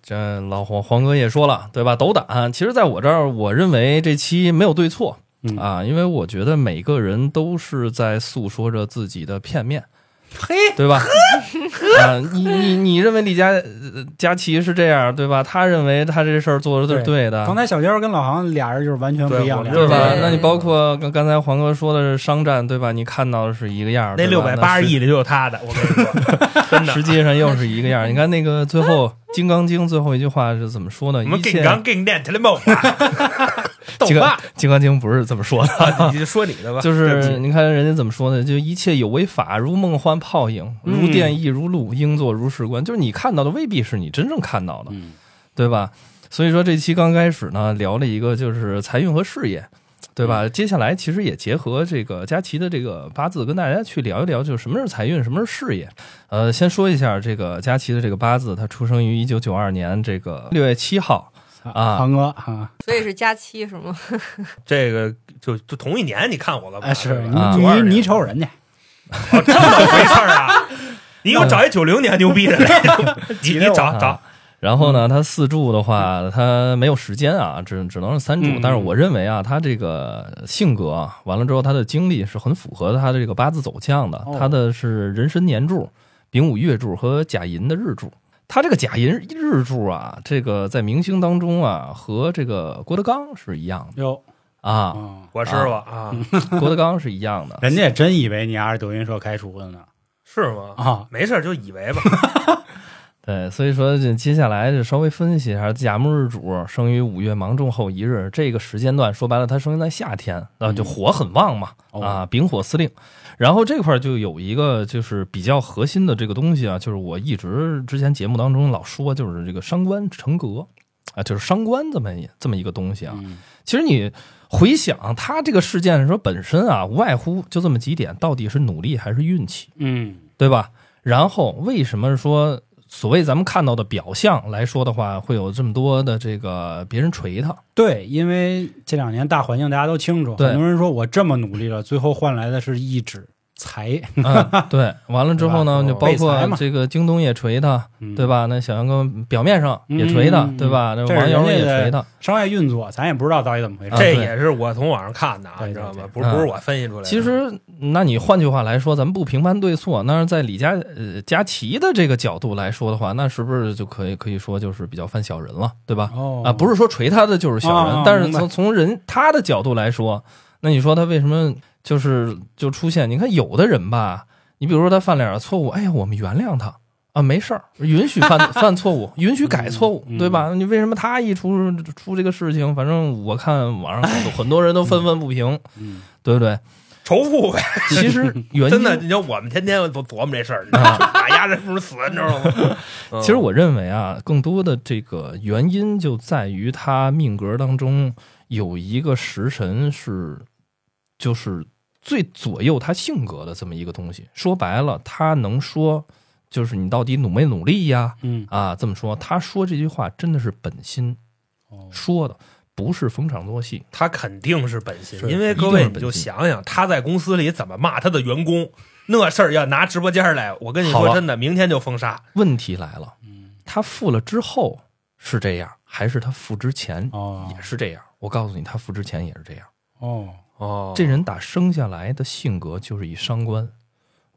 [SPEAKER 4] 这老黄黄哥也说了，对吧？斗胆，其实在我这儿，我认为这期没有对错
[SPEAKER 2] 嗯，
[SPEAKER 4] 啊，因为我觉得每个人都是在诉说着自己的片面，
[SPEAKER 2] 嘿，
[SPEAKER 4] 对吧？ [LAUGHS] 啊，你你你认为李佳呃佳琪是这样，对吧？他认为他这事儿做的是对的，
[SPEAKER 2] 刚才小娇跟老航俩人就是完全不一样，
[SPEAKER 3] 啊对
[SPEAKER 2] 俩
[SPEAKER 3] 我们
[SPEAKER 2] 人
[SPEAKER 4] 对吧
[SPEAKER 5] 对？
[SPEAKER 4] 那你包括刚刚才黄哥说的是商战，对吧？你看到的是一个样儿，
[SPEAKER 3] 那
[SPEAKER 4] 对
[SPEAKER 3] 六
[SPEAKER 4] 吧
[SPEAKER 3] 百八十
[SPEAKER 4] 那
[SPEAKER 3] 亿里就有他的，我跟你
[SPEAKER 4] [LAUGHS]
[SPEAKER 3] 说， [LAUGHS] 真的
[SPEAKER 4] 实，实。际上又是一个样儿。你看那个
[SPEAKER 3] [LAUGHS]
[SPEAKER 4] 最后《金刚经》最后一句话是怎么说呢？
[SPEAKER 3] 我们
[SPEAKER 4] 一
[SPEAKER 3] 给
[SPEAKER 4] 切
[SPEAKER 3] 刚给你练起来猛
[SPEAKER 4] [LAUGHS]
[SPEAKER 3] 了，
[SPEAKER 4] 金刚金刚经不是这么说的，
[SPEAKER 3] 你就说你的吧，
[SPEAKER 4] 就
[SPEAKER 3] 对不
[SPEAKER 4] 是
[SPEAKER 3] 起
[SPEAKER 4] 你看人家怎么说呢？就一切有为法，如梦幻泡影，
[SPEAKER 2] 嗯
[SPEAKER 4] 如电亦如露，应作如是观。就是你看到的未必是你真正看到的，
[SPEAKER 2] 嗯
[SPEAKER 4] 对吧？所以说这期刚开始呢，聊了一个就是财运和事业，对吧？接下来其实也结合这个佳琪的这个八字，跟大家去聊一聊，就是什么是财运，什么是事业。呃，先说一下这个佳琪的这个八字，他出生于一九九二年这个六月七号，啊
[SPEAKER 2] 航哥啊，
[SPEAKER 5] 所以是佳期是吗？ [LAUGHS]
[SPEAKER 3] 这个就就同一年，你看我干嘛？
[SPEAKER 2] 哎，是
[SPEAKER 3] 吧
[SPEAKER 2] 你
[SPEAKER 4] 啊
[SPEAKER 2] 你
[SPEAKER 3] 92年
[SPEAKER 2] 你瞅人家，
[SPEAKER 4] [LAUGHS]
[SPEAKER 3] 哦这么回事儿啊？你给我找一九零年牛逼的来， [LAUGHS] 你你找找
[SPEAKER 4] 啊，然后
[SPEAKER 3] 嗯
[SPEAKER 4] 呢，它四柱的话，它没有时间啊，只只能是三柱
[SPEAKER 3] 嗯。
[SPEAKER 4] 但是我认为啊，他这个性格啊，完了之后，他的经历是很符合他的这个八字走向的
[SPEAKER 1] 哦。
[SPEAKER 4] 他的是壬申年柱、丙午月柱和甲寅的日柱。他这个甲寅日柱啊，这个在明星当中啊，和这个郭德纲是一样
[SPEAKER 1] 哟，
[SPEAKER 4] 的
[SPEAKER 3] 哦
[SPEAKER 4] 啊，
[SPEAKER 1] 嗯
[SPEAKER 3] 我师傅
[SPEAKER 4] [LAUGHS]
[SPEAKER 3] 啊，
[SPEAKER 4] 郭德纲是一样
[SPEAKER 3] [LAUGHS]
[SPEAKER 4] 的。
[SPEAKER 2] 人家也真以为你丫是德云社开除的呢
[SPEAKER 3] 是吗？
[SPEAKER 2] 啊！
[SPEAKER 3] 没事儿就以为吧，
[SPEAKER 4] 对，所以说这接下来就稍微分析一下甲木日主生于五月芒种后一日这个时间段，说白了，他生于在夏天，那就火很旺嘛，
[SPEAKER 1] 哦
[SPEAKER 4] 啊，丙火司令。然后这块儿就有一个就是比较核心的这个东西啊，就是我一直之前节目当中老说，就是这个伤官成格啊，就是伤官这么一这么一个东西啊。
[SPEAKER 1] 嗯
[SPEAKER 4] 其实你回想他这个事件说本身啊，无外乎就这么几点，到底是努力还是运气？
[SPEAKER 1] 嗯，
[SPEAKER 4] 对吧？然后为什么说所谓咱们看到的表象来说的话，会有这么多的这个别人锤
[SPEAKER 1] [LAUGHS]
[SPEAKER 4] 他？
[SPEAKER 1] 对，因为这两年大环境大家都清楚，
[SPEAKER 4] 对
[SPEAKER 1] 很多人说我这么努力了，最后换来的是一纸财，
[SPEAKER 4] 嗯，对。完了之后呢，
[SPEAKER 3] 对
[SPEAKER 4] 就
[SPEAKER 3] 吧
[SPEAKER 4] 包
[SPEAKER 1] 被裁
[SPEAKER 4] 括
[SPEAKER 1] 嘛
[SPEAKER 4] 这个京东也锤他，
[SPEAKER 1] 嗯
[SPEAKER 4] 对？吧？那小杨哥表面上也锤他
[SPEAKER 1] 嗯，
[SPEAKER 4] 对吧？那
[SPEAKER 1] 这是
[SPEAKER 4] 网友
[SPEAKER 1] 人家
[SPEAKER 4] 也
[SPEAKER 1] 的
[SPEAKER 4] 锤他。
[SPEAKER 1] 商业运作咱也不知道到底怎么回事。
[SPEAKER 4] 啊
[SPEAKER 3] 这
[SPEAKER 4] 对
[SPEAKER 3] 也是我从网上看的啊，
[SPEAKER 1] 对
[SPEAKER 3] 你
[SPEAKER 1] 对
[SPEAKER 3] 知道吗？
[SPEAKER 1] 对
[SPEAKER 3] 不是不是
[SPEAKER 4] 嗯
[SPEAKER 3] 我分析出来的。
[SPEAKER 4] 其实，那你换句话来说，咱们不评判对错，那是在李佳呃佳琪的这个角度来说的话，那是不是就可以可以说就是比较犯小人了，对吧？
[SPEAKER 1] 哦
[SPEAKER 4] 啊，不是说锤他的就是小人，
[SPEAKER 1] 哦
[SPEAKER 4] 但是
[SPEAKER 1] 明白
[SPEAKER 4] 从从人他的角度来说，那你说他为什么就是就出现？你看有的人吧，你比如说他犯了点错误，哎呀，我们原谅他啊，没事儿，允
[SPEAKER 1] [LAUGHS]
[SPEAKER 4] 许犯犯错误，允许改错误，
[SPEAKER 1] 嗯
[SPEAKER 4] 对吧？你为什么他一出出这个事情，反正我看网上很多很多人都愤愤不平，
[SPEAKER 1] 哎嗯，
[SPEAKER 4] 对不对？
[SPEAKER 3] 仇富呗，
[SPEAKER 4] 其实
[SPEAKER 1] [LAUGHS]
[SPEAKER 4] 原
[SPEAKER 3] 真
[SPEAKER 4] 因啊
[SPEAKER 3] 的，你看我们天天琢琢磨这事儿，你知道吗打压人不如死，你知道吗？嗯
[SPEAKER 4] [LAUGHS] 其实我认为啊，更多的这个原因就在于他命格当中有一个食神是，就是最左右他性格的这么一个东西。说白了，他能说就是你到底努没努力呀？
[SPEAKER 1] 嗯
[SPEAKER 4] 啊，这么说，他说这句话真的是本心
[SPEAKER 1] 哦
[SPEAKER 4] 说的，不是逢场作戏。
[SPEAKER 3] 他肯定是本心，
[SPEAKER 4] 是
[SPEAKER 3] 因为
[SPEAKER 4] 一定
[SPEAKER 3] 各位
[SPEAKER 4] 是
[SPEAKER 3] 你
[SPEAKER 4] 本
[SPEAKER 3] 就
[SPEAKER 4] 心
[SPEAKER 3] 想想他在公司里怎么骂他的员工，那事儿要拿直播间来，我跟你
[SPEAKER 4] 好
[SPEAKER 3] 说
[SPEAKER 4] 啊
[SPEAKER 3] 真的，明天就封杀。
[SPEAKER 4] 问题来了，
[SPEAKER 1] 嗯
[SPEAKER 4] 他付了之后是这样，还是他付之前
[SPEAKER 1] 哦
[SPEAKER 4] 也是这样？我告诉你，他付之前也是这样。
[SPEAKER 1] 哦
[SPEAKER 3] 哦
[SPEAKER 4] 这人打生下来的性格就是以伤官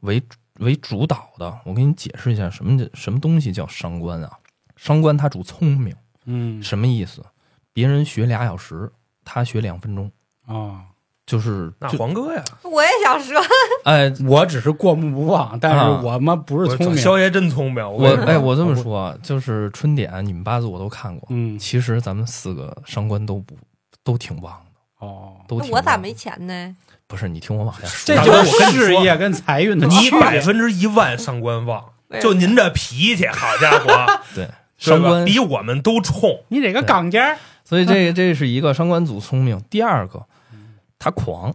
[SPEAKER 4] 为主为主导的。我给你解释一下，什么叫什么东西叫伤官啊？伤官他主聪明，
[SPEAKER 1] 嗯
[SPEAKER 4] 什么意思？别人学俩小时，他学两分钟，
[SPEAKER 1] 哦，
[SPEAKER 4] 就是
[SPEAKER 3] 那
[SPEAKER 4] 就
[SPEAKER 3] 黄哥呀，
[SPEAKER 5] 我也想说，
[SPEAKER 4] 哎，
[SPEAKER 1] 我只是过目不忘，但
[SPEAKER 4] 啊
[SPEAKER 1] 是我们不是聪明。
[SPEAKER 3] 肖爷真聪明，
[SPEAKER 4] 我
[SPEAKER 3] 跟你说
[SPEAKER 4] 哎，我这么说啊，就是春点，你们八字我都看过。
[SPEAKER 1] 嗯
[SPEAKER 4] 其实咱们四个伤官都不都挺旺的，
[SPEAKER 1] 哦，
[SPEAKER 4] 都挺
[SPEAKER 5] 我咋
[SPEAKER 4] 旺的
[SPEAKER 5] 没钱呢？
[SPEAKER 4] 不是你听我往下说，
[SPEAKER 1] 这
[SPEAKER 3] 大
[SPEAKER 1] 就
[SPEAKER 3] 哥我
[SPEAKER 1] 是
[SPEAKER 3] 跟你说
[SPEAKER 1] 事业跟财运的
[SPEAKER 3] [LAUGHS] 你
[SPEAKER 1] 区
[SPEAKER 3] 百
[SPEAKER 1] 别。
[SPEAKER 3] 分之一万上官旺，
[SPEAKER 5] 为什
[SPEAKER 3] 就
[SPEAKER 5] 么
[SPEAKER 3] 您这脾气，好家
[SPEAKER 4] [LAUGHS]
[SPEAKER 3] 伙，
[SPEAKER 4] 对
[SPEAKER 3] 是吧
[SPEAKER 4] 伤官
[SPEAKER 3] 比我们都冲。
[SPEAKER 1] 你得个港尖儿。
[SPEAKER 4] 所以这这是一个伤官组聪明。第二个，他狂，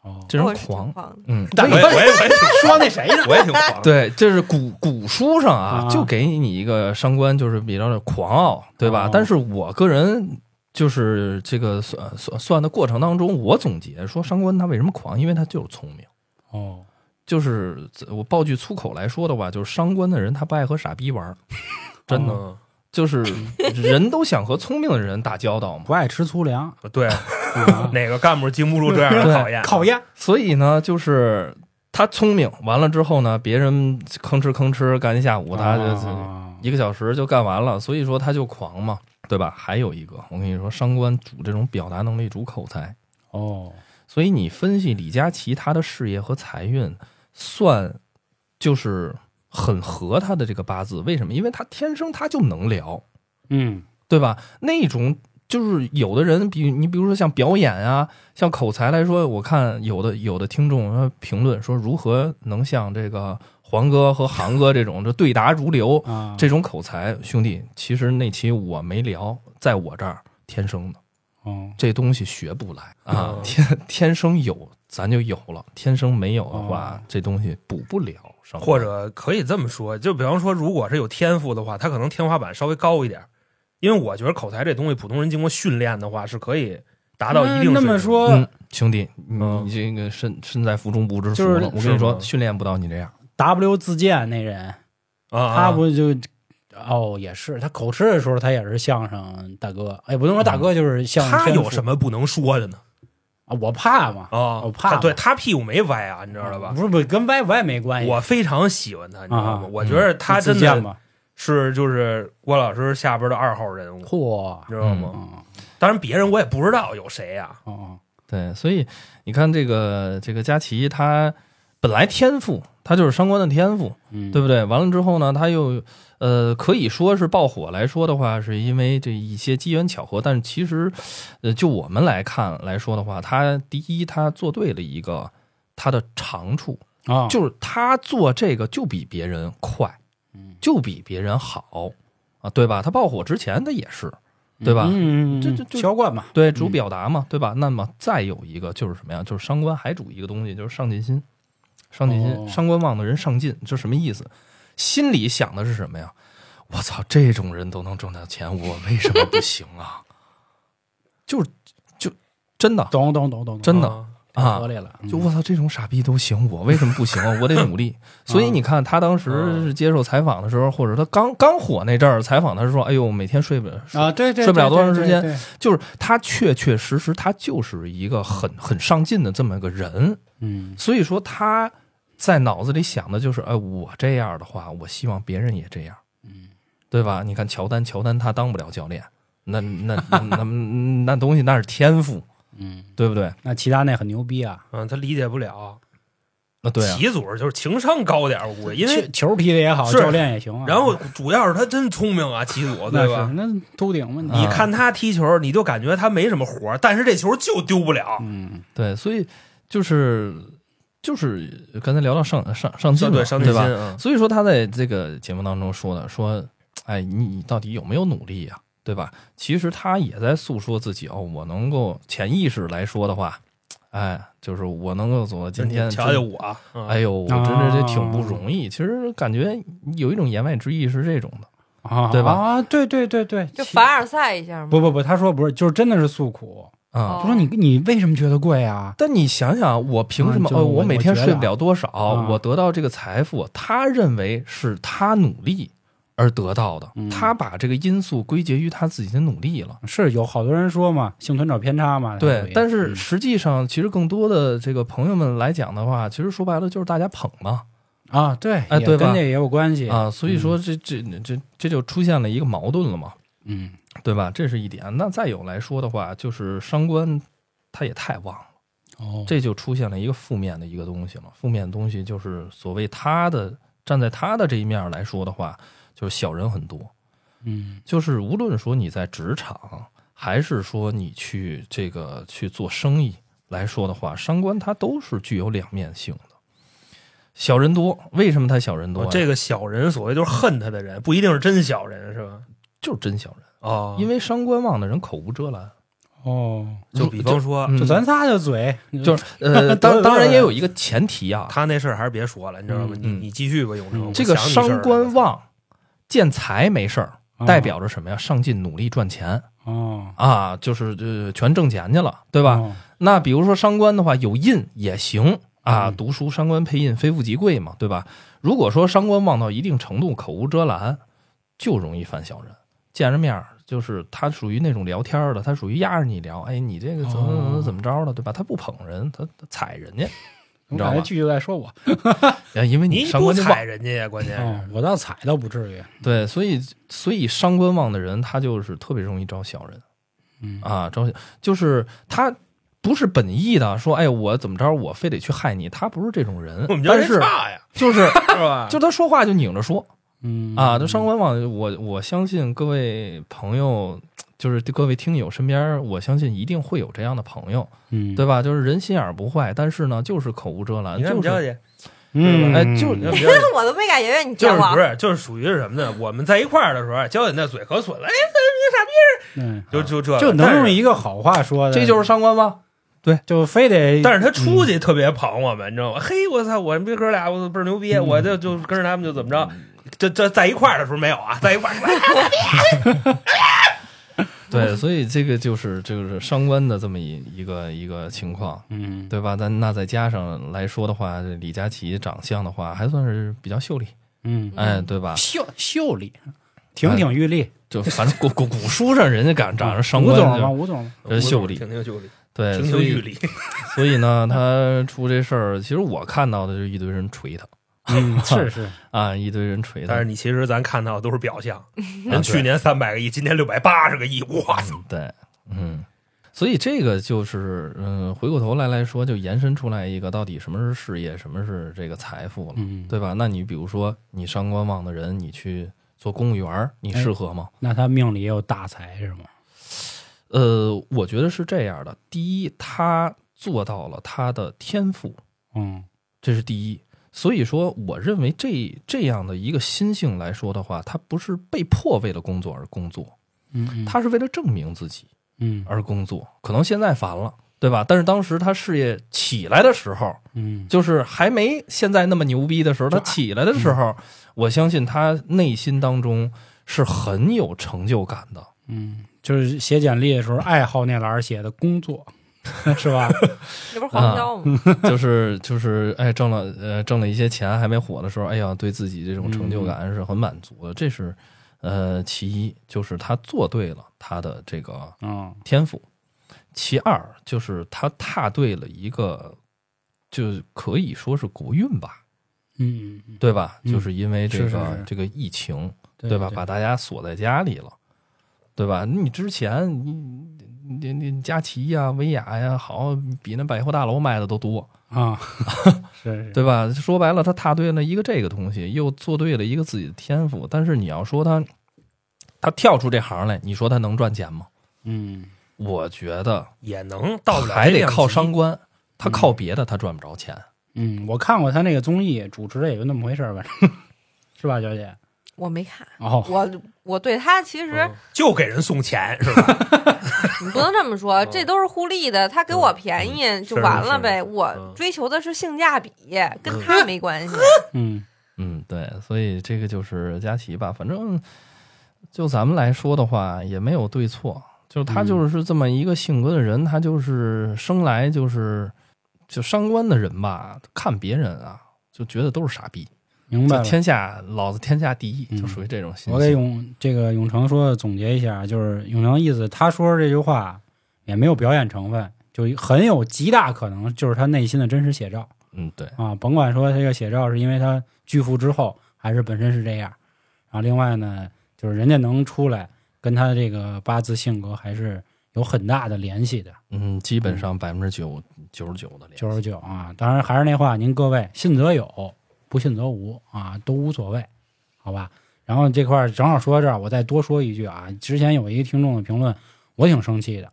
[SPEAKER 1] 哦，
[SPEAKER 4] 这人
[SPEAKER 5] 我是挺
[SPEAKER 4] 狂，
[SPEAKER 5] 狂的，
[SPEAKER 4] 嗯，
[SPEAKER 1] 大
[SPEAKER 3] 我也
[SPEAKER 1] 哥
[SPEAKER 3] 我也我也挺
[SPEAKER 1] 说那谁呢？
[SPEAKER 3] 我也挺狂，
[SPEAKER 4] 对，这是古古书上啊，
[SPEAKER 1] 啊
[SPEAKER 4] 就给你一个伤官，就是比较的狂傲，对吧？
[SPEAKER 1] 哦
[SPEAKER 4] 但是我个人就是这个算算算的过程当中，我总结说伤官他为什么狂，因为他就是聪明。
[SPEAKER 1] 哦，
[SPEAKER 4] 就是呃我爆句粗口来说的话，就是伤官的人他不爱和傻逼玩
[SPEAKER 1] [LAUGHS]
[SPEAKER 4] 儿，真的、
[SPEAKER 1] 哦
[SPEAKER 3] 嗯
[SPEAKER 4] 就是人都想和聪明的人打交道嘛。
[SPEAKER 1] 不爱吃粗粮，
[SPEAKER 3] 对，
[SPEAKER 1] [LAUGHS] 啊
[SPEAKER 3] 哪个干部经不住这样的
[SPEAKER 4] 对
[SPEAKER 3] 考验？啊
[SPEAKER 1] 考验。
[SPEAKER 4] 所以呢，就是他聪明，完了之后呢，别人吭哧吭哧干一下午，他就、
[SPEAKER 1] 啊
[SPEAKER 4] 一个小时就干完了，所以说他就狂嘛，对吧？还有一个，我跟你说，伤官主这种表达能力，主口才，
[SPEAKER 1] 哦，
[SPEAKER 4] 所以你分析李佳琦他的事业和财运，算就是很合他的这个八字。为什么？因为他天生他就能聊，
[SPEAKER 1] 嗯
[SPEAKER 4] 对吧？那种就是有的人，比你比如说像表演啊，像口才来说，我看有的有的听众呃评论说，如何能像这个黄哥和航哥这种这对答如流，
[SPEAKER 1] 啊，
[SPEAKER 4] 这种口才，兄弟，其实那期我没聊，在我这儿天生的，
[SPEAKER 1] 哦
[SPEAKER 4] 这东西学不来啊
[SPEAKER 3] 哦，
[SPEAKER 4] 天天生有咱就有了，天生没有的
[SPEAKER 1] 哦
[SPEAKER 4] 话，这东西补不了上。
[SPEAKER 3] 或者可以这么说，就比方说，如果是有天赋的话，他可能天花板稍微高一点儿，因为我觉得口才这东西，普通人经过训练的话是可以达到一定水平。
[SPEAKER 1] 那那么说，
[SPEAKER 4] 嗯，兄弟，你
[SPEAKER 3] 嗯
[SPEAKER 4] 你这个身身在福中不知福
[SPEAKER 1] 就是
[SPEAKER 4] 了。我跟你
[SPEAKER 3] 是
[SPEAKER 4] 说
[SPEAKER 3] 吗，
[SPEAKER 4] 训练不到你这样。
[SPEAKER 2] W 自荐那人，
[SPEAKER 3] 啊啊
[SPEAKER 2] 他不就哦也是，他口吃的时候他也是相声大哥，哎，不能说大哥，就是相声
[SPEAKER 3] 嗯他
[SPEAKER 2] 天赋。
[SPEAKER 3] 有什么不能说的呢？
[SPEAKER 2] 啊？我怕嘛，
[SPEAKER 3] 啊，
[SPEAKER 2] 我怕
[SPEAKER 3] 他对
[SPEAKER 2] 嘛
[SPEAKER 3] 他屁股没歪啊，你知道吧？
[SPEAKER 2] 不是不是跟歪歪没关系，
[SPEAKER 3] 我非常喜欢他，你知道吗？
[SPEAKER 2] 啊
[SPEAKER 3] 我觉得他
[SPEAKER 2] 自
[SPEAKER 3] 真
[SPEAKER 2] 荐
[SPEAKER 3] 的
[SPEAKER 2] 嘛，
[SPEAKER 3] 是就是郭老师下边的二号人物，
[SPEAKER 2] 嚯，
[SPEAKER 3] 你知道吗？
[SPEAKER 2] 嗯
[SPEAKER 3] 当然别人我也不知道有谁啊呀、
[SPEAKER 2] 嗯
[SPEAKER 4] 对，所以你看这个这个佳琪，他本来天赋，他就是伤官的天赋，
[SPEAKER 2] 嗯，
[SPEAKER 4] 对不对？完了之后呢，他又呃，可以说是爆火来说的话，是因为这一些机缘巧合。但是其实，呃，就我们来看来说的话，他第一，他做对了一个他的长处，
[SPEAKER 2] 啊，
[SPEAKER 4] 就是他做这个就比别人快，就比别人好啊，对吧？他爆火之前他也是，对吧？
[SPEAKER 2] 嗯，嗯嗯
[SPEAKER 4] 这这这
[SPEAKER 2] 销冠嘛，
[SPEAKER 4] 对，主
[SPEAKER 2] 嗯
[SPEAKER 4] 表达嘛，对吧？那么再有一个就是什么呀？就是伤官还主一个东西，就是上进心。上进心，
[SPEAKER 2] 哦
[SPEAKER 4] 伤官旺的人上进，这什么意思？心里想的是什么呀？我操，这种人都能挣到钱，我为什么不行啊？就就真的
[SPEAKER 2] 懂懂懂懂，懂
[SPEAKER 4] 真的
[SPEAKER 3] 啊
[SPEAKER 4] 啊
[SPEAKER 2] 合，理了，嗯
[SPEAKER 4] 就我操，这种傻逼都行，我为什么不行啊？我得努
[SPEAKER 2] [LAUGHS]
[SPEAKER 4] 力。所以
[SPEAKER 2] 嗯
[SPEAKER 4] 你看，他当时是接受采访的时候，或者他刚刚火那阵儿采访，他是说：“哎呦，每天睡不了，
[SPEAKER 2] 啊，对对，
[SPEAKER 4] 睡不了
[SPEAKER 2] 对
[SPEAKER 4] 多长时间，
[SPEAKER 2] 对对对
[SPEAKER 4] 就是他确确实实，他就是一个很很上进的这么一个人，
[SPEAKER 2] 嗯
[SPEAKER 4] 所以说他在脑子里想的就是，哎，我这样的话，我希望别人也这样，
[SPEAKER 2] 嗯，
[SPEAKER 4] 对吧？你看乔丹，乔丹他当不了教练，那那那那那东西那是天赋，
[SPEAKER 2] 嗯，
[SPEAKER 4] 对不对？
[SPEAKER 2] 那齐达内很牛逼啊，
[SPEAKER 3] 嗯，他理解不了。
[SPEAKER 4] 那对啊，
[SPEAKER 3] 齐祖就是情商高点儿，我估计，因为
[SPEAKER 2] 球球踢的也好，
[SPEAKER 3] 是
[SPEAKER 2] 教练也行啊，
[SPEAKER 3] 然后主要是他真聪明啊，齐祖
[SPEAKER 2] 那
[SPEAKER 3] 对吧
[SPEAKER 2] 是？那秃顶嘛，
[SPEAKER 4] 啊
[SPEAKER 3] 你看他踢球，你就感觉他没什么活儿，但是这球就丢不了。
[SPEAKER 2] 嗯
[SPEAKER 4] 对，所以就是就是刚才聊到上上上
[SPEAKER 3] 这
[SPEAKER 4] 进嘛，
[SPEAKER 3] 对上进
[SPEAKER 4] 对吧？
[SPEAKER 3] 心啊，
[SPEAKER 4] 所以说他在这个节目当中说的，说，哎，你你到底有没有努力呀、对吧？其实他也在诉说自己哦，我能够潜意识来说的话，哎，就是我能够走到今天，
[SPEAKER 3] 你瞧瞧
[SPEAKER 4] 真
[SPEAKER 3] 我啊，嗯
[SPEAKER 4] 哎呦，我真是
[SPEAKER 2] 啊
[SPEAKER 4] 这挺不容易。其实感觉有一种言外之意是这种的，
[SPEAKER 2] 啊，
[SPEAKER 4] 对吧
[SPEAKER 2] 啊，对对对对，
[SPEAKER 5] 就
[SPEAKER 2] 齐
[SPEAKER 5] 凡尔赛一下嘛。
[SPEAKER 2] 不不不，他说不是，就是真的是诉苦，
[SPEAKER 4] 啊、
[SPEAKER 5] 哦
[SPEAKER 2] 就说你你为什么觉得贵啊？
[SPEAKER 4] 但你想想，我凭什么？
[SPEAKER 2] 嗯就
[SPEAKER 4] 哦，
[SPEAKER 2] 我
[SPEAKER 4] 我每天
[SPEAKER 2] 我觉得啊
[SPEAKER 4] 睡不了多少，
[SPEAKER 2] 啊
[SPEAKER 4] 我得到这个财富，他认为是他努力而得到的，
[SPEAKER 2] 嗯
[SPEAKER 4] 他把这个因素归结于他自己的努力了。
[SPEAKER 2] 是有好多人说嘛，幸存者偏差嘛，他
[SPEAKER 4] 对
[SPEAKER 2] 会，
[SPEAKER 4] 但是实际上，其实更多的这个朋友们来讲的话，其实说白了就是大家捧嘛
[SPEAKER 2] 嗯啊，对，
[SPEAKER 4] 哎
[SPEAKER 2] 也
[SPEAKER 4] 对吧
[SPEAKER 2] 跟这也有关系，
[SPEAKER 4] 啊，所以说这这这这就出现了一个矛盾了嘛，
[SPEAKER 2] 嗯
[SPEAKER 4] 对吧？这是一点。那再有来说的话，就是伤官他也太旺了，
[SPEAKER 2] 哦，
[SPEAKER 4] 这就出现了一个负面的一个东西了。负面的东西就是所谓他的站在他的这一面来说的话，就是小人很多，
[SPEAKER 2] 嗯
[SPEAKER 4] 就是无论说你在职场，还是说你去这个去做生意来说的话，商官它都是具有两面性的。小人多，为什么他小人多啊
[SPEAKER 3] 哦
[SPEAKER 4] 呀、
[SPEAKER 3] 这个小人所谓就是恨他的人，不一定是真小人，是吧？
[SPEAKER 4] 就是真小人，
[SPEAKER 3] 哦，
[SPEAKER 4] 因为伤官旺的人口无遮拦。
[SPEAKER 2] 哦，
[SPEAKER 3] 就比方说，
[SPEAKER 4] 嗯
[SPEAKER 2] 就咱仨就嘴，
[SPEAKER 3] [LAUGHS]
[SPEAKER 4] 就是呃，
[SPEAKER 2] 多
[SPEAKER 4] 当
[SPEAKER 2] 有
[SPEAKER 4] 当然
[SPEAKER 2] 点
[SPEAKER 4] 也有一个前提啊，
[SPEAKER 3] 他那事儿还是别说了，你知道吗？
[SPEAKER 4] 嗯
[SPEAKER 3] 你
[SPEAKER 4] 嗯
[SPEAKER 3] 你继续吧，永成。
[SPEAKER 2] 嗯
[SPEAKER 3] 我
[SPEAKER 4] 这个
[SPEAKER 3] 想你事儿
[SPEAKER 4] 伤官旺见财没事儿，
[SPEAKER 2] 啊
[SPEAKER 3] 嗯
[SPEAKER 4] 代表着什么呀？上进努力赚钱
[SPEAKER 2] 哦，
[SPEAKER 4] 啊，就是呃全挣钱去了，对
[SPEAKER 2] 对
[SPEAKER 4] 吧？？那比如说伤官的话，有印也行啊，
[SPEAKER 2] 嗯
[SPEAKER 4] 读书伤官配印，非富即贵嘛，对吧？如果说伤官旺到一定程度，口无遮拦，就容易犯小人。见着面儿就是他属于那种聊天儿的，他属于压着你聊，哎，你这个怎么
[SPEAKER 2] 哦
[SPEAKER 4] 怎么怎么着了，对吧？他不捧人，他他踩人家，你
[SPEAKER 2] 我
[SPEAKER 4] 知道
[SPEAKER 2] 感觉
[SPEAKER 4] 吧？
[SPEAKER 2] 剧就在说我，
[SPEAKER 4] 啊因为
[SPEAKER 3] 你
[SPEAKER 4] 伤
[SPEAKER 3] 不
[SPEAKER 4] 官就旺
[SPEAKER 3] 踩，人家呀，关键
[SPEAKER 2] 哦
[SPEAKER 3] 是，
[SPEAKER 2] 我倒踩倒不至于，
[SPEAKER 4] 对，所以所以伤官旺的人，他就是特别容易招小人。
[SPEAKER 2] 嗯
[SPEAKER 4] 啊，招就是他不是本意的，说哎我怎么着，我非得去害你，他不是这种人
[SPEAKER 3] 我们。家
[SPEAKER 4] 但
[SPEAKER 3] 人
[SPEAKER 4] 是
[SPEAKER 3] 差呀， [LAUGHS]
[SPEAKER 4] 就是
[SPEAKER 3] 是吧？
[SPEAKER 4] 就他说话就拧着说
[SPEAKER 2] 嗯
[SPEAKER 4] 啊，就上官网，我我相信各位朋友，就是各位听友身边，我相信一定会有这样的朋友，
[SPEAKER 2] 嗯
[SPEAKER 4] 对吧？就是人心眼儿不坏，但是呢，就是口无遮拦，
[SPEAKER 3] 你看
[SPEAKER 4] 就
[SPEAKER 3] 我们娇
[SPEAKER 4] 是
[SPEAKER 3] 姐，
[SPEAKER 2] 嗯
[SPEAKER 4] 哎就
[SPEAKER 3] 你看我们娇姐
[SPEAKER 5] [LAUGHS] 我都没感觉
[SPEAKER 4] [LAUGHS]
[SPEAKER 5] 你
[SPEAKER 3] 就
[SPEAKER 5] 见
[SPEAKER 3] 是
[SPEAKER 5] 过
[SPEAKER 3] 不是就是属于是什么呢？我们在一块儿的时候，娇姐那嘴可损了，哎，
[SPEAKER 2] 嗯，
[SPEAKER 3] 就就这个，
[SPEAKER 2] 就能
[SPEAKER 3] 但
[SPEAKER 2] 用
[SPEAKER 3] 是
[SPEAKER 2] 一个好话说的，
[SPEAKER 4] 呃这就是上官
[SPEAKER 3] 嗯
[SPEAKER 4] 吗？
[SPEAKER 2] 就非得，
[SPEAKER 3] 但是他
[SPEAKER 2] 嗯
[SPEAKER 3] 出去特别捧我们，你知道吗？嘿，我操，我们哥俩我倍儿牛逼，
[SPEAKER 2] 嗯
[SPEAKER 3] 我就就跟着他们就怎么着，这这在一块儿的时候没有啊，在一块儿，
[SPEAKER 4] 对，所以这个就是就是相关的这么一一个一个情况，
[SPEAKER 2] 嗯，
[SPEAKER 4] 对吧？但那再加上来说的话，这李佳琦长相的话，还算是比较秀丽，
[SPEAKER 2] 嗯，
[SPEAKER 4] 哎，对吧？
[SPEAKER 2] 秀秀丽，亭亭玉立，
[SPEAKER 4] 就反正古古古书上人家敢哎长着上
[SPEAKER 2] 吴
[SPEAKER 4] 官
[SPEAKER 2] 总
[SPEAKER 4] 就
[SPEAKER 2] 吗？
[SPEAKER 4] 是
[SPEAKER 2] 吴
[SPEAKER 4] [LAUGHS]
[SPEAKER 2] 总吗，
[SPEAKER 4] 人秀丽
[SPEAKER 3] 亭亭秀丽，
[SPEAKER 4] 对，
[SPEAKER 3] 亭
[SPEAKER 4] 所
[SPEAKER 3] 亭玉
[SPEAKER 4] 以
[SPEAKER 3] 立，
[SPEAKER 4] 所以呢，他出这事儿，其实我看到的就是一堆人锤他
[SPEAKER 2] 嗯，是
[SPEAKER 4] [LAUGHS]
[SPEAKER 2] 是，
[SPEAKER 4] 啊，一堆人锤他
[SPEAKER 3] 但是。你其实咱看到的都是表象，
[SPEAKER 4] 啊
[SPEAKER 3] 人去年三百个亿，今年六百八十个亿，哇塞！
[SPEAKER 4] 嗯对，嗯，所以这个就是，嗯，回过头来来说，就延伸出来一个，到底什么是事业，什么是这个财富了，
[SPEAKER 2] 嗯，
[SPEAKER 4] 对吧？那你比如说，你上官望的人，你去做公务员儿，你
[SPEAKER 2] 哎
[SPEAKER 4] 适合吗？
[SPEAKER 2] 那他命里也有大财是吗？
[SPEAKER 4] 呃，我觉得是这样的。第一，他做到了他的天赋，
[SPEAKER 2] 嗯
[SPEAKER 4] 这是第一。所以说，我认为这这样的一个心性来说的话，他不是被迫为了工作而工作，
[SPEAKER 2] 嗯，
[SPEAKER 4] 他是为了证明自己。
[SPEAKER 2] 嗯
[SPEAKER 4] 而工作，可能现在烦了，对吧？但是当时他事业起来的时候，
[SPEAKER 2] 嗯
[SPEAKER 4] 就是还没现在那么牛逼的时候，他起来的时候，我相信他内心当中是很有成就感的。
[SPEAKER 2] 嗯，就是写简历的时候，爱好那栏儿写的工作 [LAUGHS] 是
[SPEAKER 4] [LAUGHS]
[SPEAKER 2] 吧？
[SPEAKER 5] 这不是黄标吗？
[SPEAKER 4] 就是就是，哎，挣了呃挣了一些钱，还没火的时候，哎呀，对自己这种成就感是很满足的，这是呃其一，就是他做对了他的这个
[SPEAKER 2] 嗯
[SPEAKER 4] 天赋。其二就是他踏对了一个，就可以说是国运吧，
[SPEAKER 2] 嗯嗯，
[SPEAKER 4] 对吧？
[SPEAKER 2] 嗯
[SPEAKER 4] 就是因为这个
[SPEAKER 2] 是是是
[SPEAKER 4] 这个疫情，
[SPEAKER 2] 对
[SPEAKER 4] 吧？把大家锁在家里了，对吧？你之前你你你你佳琦呀、薇娅呀，好比那百货大楼卖的都多，
[SPEAKER 2] 啊，是是，
[SPEAKER 4] [LAUGHS] 对吧？说白了，他踏对了一个这个东西，又做对了一个自己的天赋。但是你要说他，他跳出这行来，你说他能赚钱吗？
[SPEAKER 2] 嗯
[SPEAKER 4] 我觉得
[SPEAKER 3] 也能到不了
[SPEAKER 4] 还
[SPEAKER 3] 这
[SPEAKER 4] 得
[SPEAKER 3] 量级嗯
[SPEAKER 4] 靠伤官，他靠别的他赚不着钱。
[SPEAKER 2] 嗯，我看过他那个综艺，主持的也就那么回事儿，反正 [LAUGHS] 是吧，小姐？
[SPEAKER 5] 我没看，
[SPEAKER 2] 哦，
[SPEAKER 5] 我我对他其实
[SPEAKER 3] 嗯就给人送钱是吧？
[SPEAKER 2] [LAUGHS]
[SPEAKER 5] 你不能这么说，
[SPEAKER 3] 嗯
[SPEAKER 5] 这都是互利的，他给我便宜就完了呗。我
[SPEAKER 3] 嗯
[SPEAKER 5] 追求的是性价比，跟他没关系。
[SPEAKER 2] 嗯
[SPEAKER 4] 嗯，对，所以这个就是佳琪吧。反正就咱们来说的话，也没有对错，就是他
[SPEAKER 2] 嗯
[SPEAKER 4] 就是这么一个性格的人，他就是生来就是就伤官的人吧，看别人啊就觉得都是傻逼，
[SPEAKER 2] 明白
[SPEAKER 4] 就
[SPEAKER 2] 了。
[SPEAKER 4] 天下老子天下第一，
[SPEAKER 2] 嗯
[SPEAKER 4] 就属于这种心
[SPEAKER 2] 我给
[SPEAKER 4] 情。
[SPEAKER 2] 永这个永成说总结一下，就是永成意思，他说这句话也没有表演成分，就很有极大可能就是他内心的真实写照
[SPEAKER 4] 嗯，对，
[SPEAKER 2] 啊。甭管说这个写照是因为他巨富之后，还是本身是这样。然后另外呢，就是人家能出来，跟他这个八字性格还是有很大的联系的。
[SPEAKER 4] 嗯，基本上百分之九九十九的脸。
[SPEAKER 2] 九十九啊，当然还是那话，您各位信则有，不信则无啊，都无所谓，好吧？然后这块儿正好说到这儿，我再多说一句啊，之前有一个听众的评论，我挺生气的。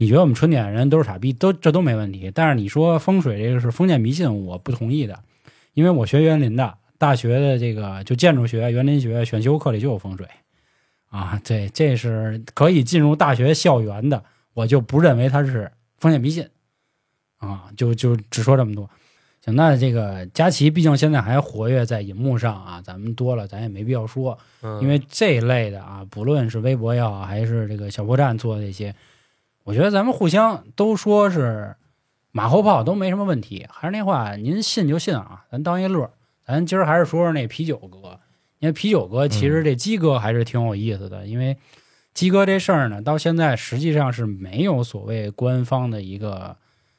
[SPEAKER 2] 你觉得我们春点人都是傻逼，都这都没问题。但是你说风水这个是封建迷信，我不同意的，因为我学园林的，大学的这个就建筑学、园林学选修课里就有风水啊，对，这是可以进入大学校园的，我就不认为它是封建迷信。啊，就就只说这么多。行，那这个佳琪毕竟现在还活跃在银幕上啊，咱们多了咱也没必要说，
[SPEAKER 3] 嗯
[SPEAKER 2] 因为这一类的啊，不论是微博也好，还是这个小破站做的这些，我觉得咱们互相都说是马后炮都没什么问题。还是那话，您信就信啊，咱当一乐儿。咱今儿还是说说那啤酒哥，因为啤酒哥其实这鸡哥还是挺有意思的，因为鸡哥这事儿呢，到现在实际上是没有所谓官方的一个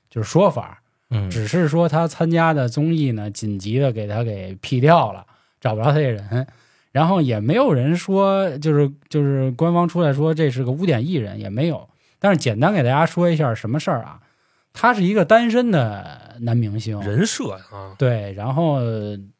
[SPEAKER 2] 就是说法，
[SPEAKER 4] 嗯，
[SPEAKER 2] 只是说他参加的综艺呢，紧急的给他给 P 掉了，找不着他这人，然后也没有人说，就是就是官方出来说这是个污点艺人，也没有。但是简单给大家说一下什么事儿啊，他是一个单身的男明星，
[SPEAKER 3] 人设啊，
[SPEAKER 2] 对，然后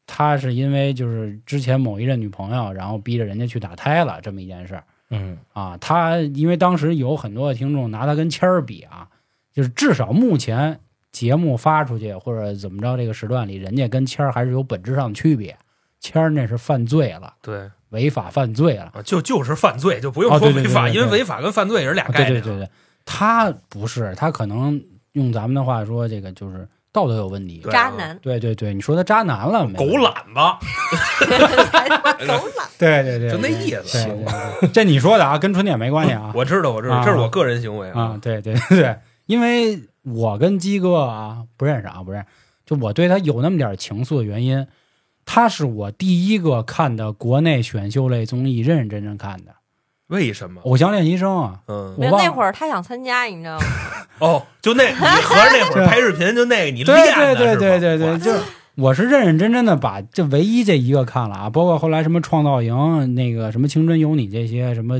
[SPEAKER 2] 他是因为就是之前某一任女朋友，然后逼着人家去打胎了这么一件事儿。
[SPEAKER 4] 嗯
[SPEAKER 2] 啊，他因为当时有很多的听众拿他跟谦儿比啊，就是至少目前节目发出去或者怎么着这个时段里，人家跟谦儿还是有本质上的区别。谦儿那是犯罪了，
[SPEAKER 3] 对
[SPEAKER 2] 违法犯罪了。
[SPEAKER 3] 啊，就就是犯罪，就不用
[SPEAKER 2] 哦
[SPEAKER 3] 说
[SPEAKER 2] 对对
[SPEAKER 3] 违法，
[SPEAKER 2] 对对
[SPEAKER 3] 因为
[SPEAKER 2] 对
[SPEAKER 3] 违法跟犯罪也是俩
[SPEAKER 2] 啊对
[SPEAKER 3] 概
[SPEAKER 2] 对
[SPEAKER 3] 念。
[SPEAKER 2] 对对，他不是，他可能用咱们的话说，这个就是道德有问题。
[SPEAKER 3] 对啊
[SPEAKER 5] 渣男， [LAUGHS]
[SPEAKER 2] 对对对，你说他渣男了没？
[SPEAKER 3] 狗懒吧，
[SPEAKER 5] 狗懒，
[SPEAKER 2] 对，对对对，
[SPEAKER 3] 就那意
[SPEAKER 2] 对。
[SPEAKER 3] 思。
[SPEAKER 2] 对对这你说的啊，跟春点没关系
[SPEAKER 3] [LAUGHS]
[SPEAKER 2] 啊。
[SPEAKER 3] 我知道，我知道，
[SPEAKER 2] 啊
[SPEAKER 3] 这是我个人行为
[SPEAKER 2] 啊，。对 [LAUGHS] 对对，因为我跟鸡哥啊不认识啊，不认识，就我对他有那么点情愫的原因，他是我第一个看的国内选秀类综艺认认真真看的《
[SPEAKER 3] 为什么？
[SPEAKER 2] 偶像练习生》啊，
[SPEAKER 3] 嗯，
[SPEAKER 5] 没有
[SPEAKER 2] 我忘
[SPEAKER 5] 那
[SPEAKER 2] 了
[SPEAKER 5] 会儿他想参加，你知道吗？
[SPEAKER 3] 哦，就那，你合着那会
[SPEAKER 2] 对
[SPEAKER 3] 儿拍视频，就那个你
[SPEAKER 2] 对
[SPEAKER 3] 练
[SPEAKER 2] 对
[SPEAKER 3] 的
[SPEAKER 2] 对
[SPEAKER 3] 是吧
[SPEAKER 2] 对对对，
[SPEAKER 3] 哇
[SPEAKER 2] 就是我是认认真真的把这唯一这一个看了啊，包括后来什么创造营、那个什么青春有你这些什么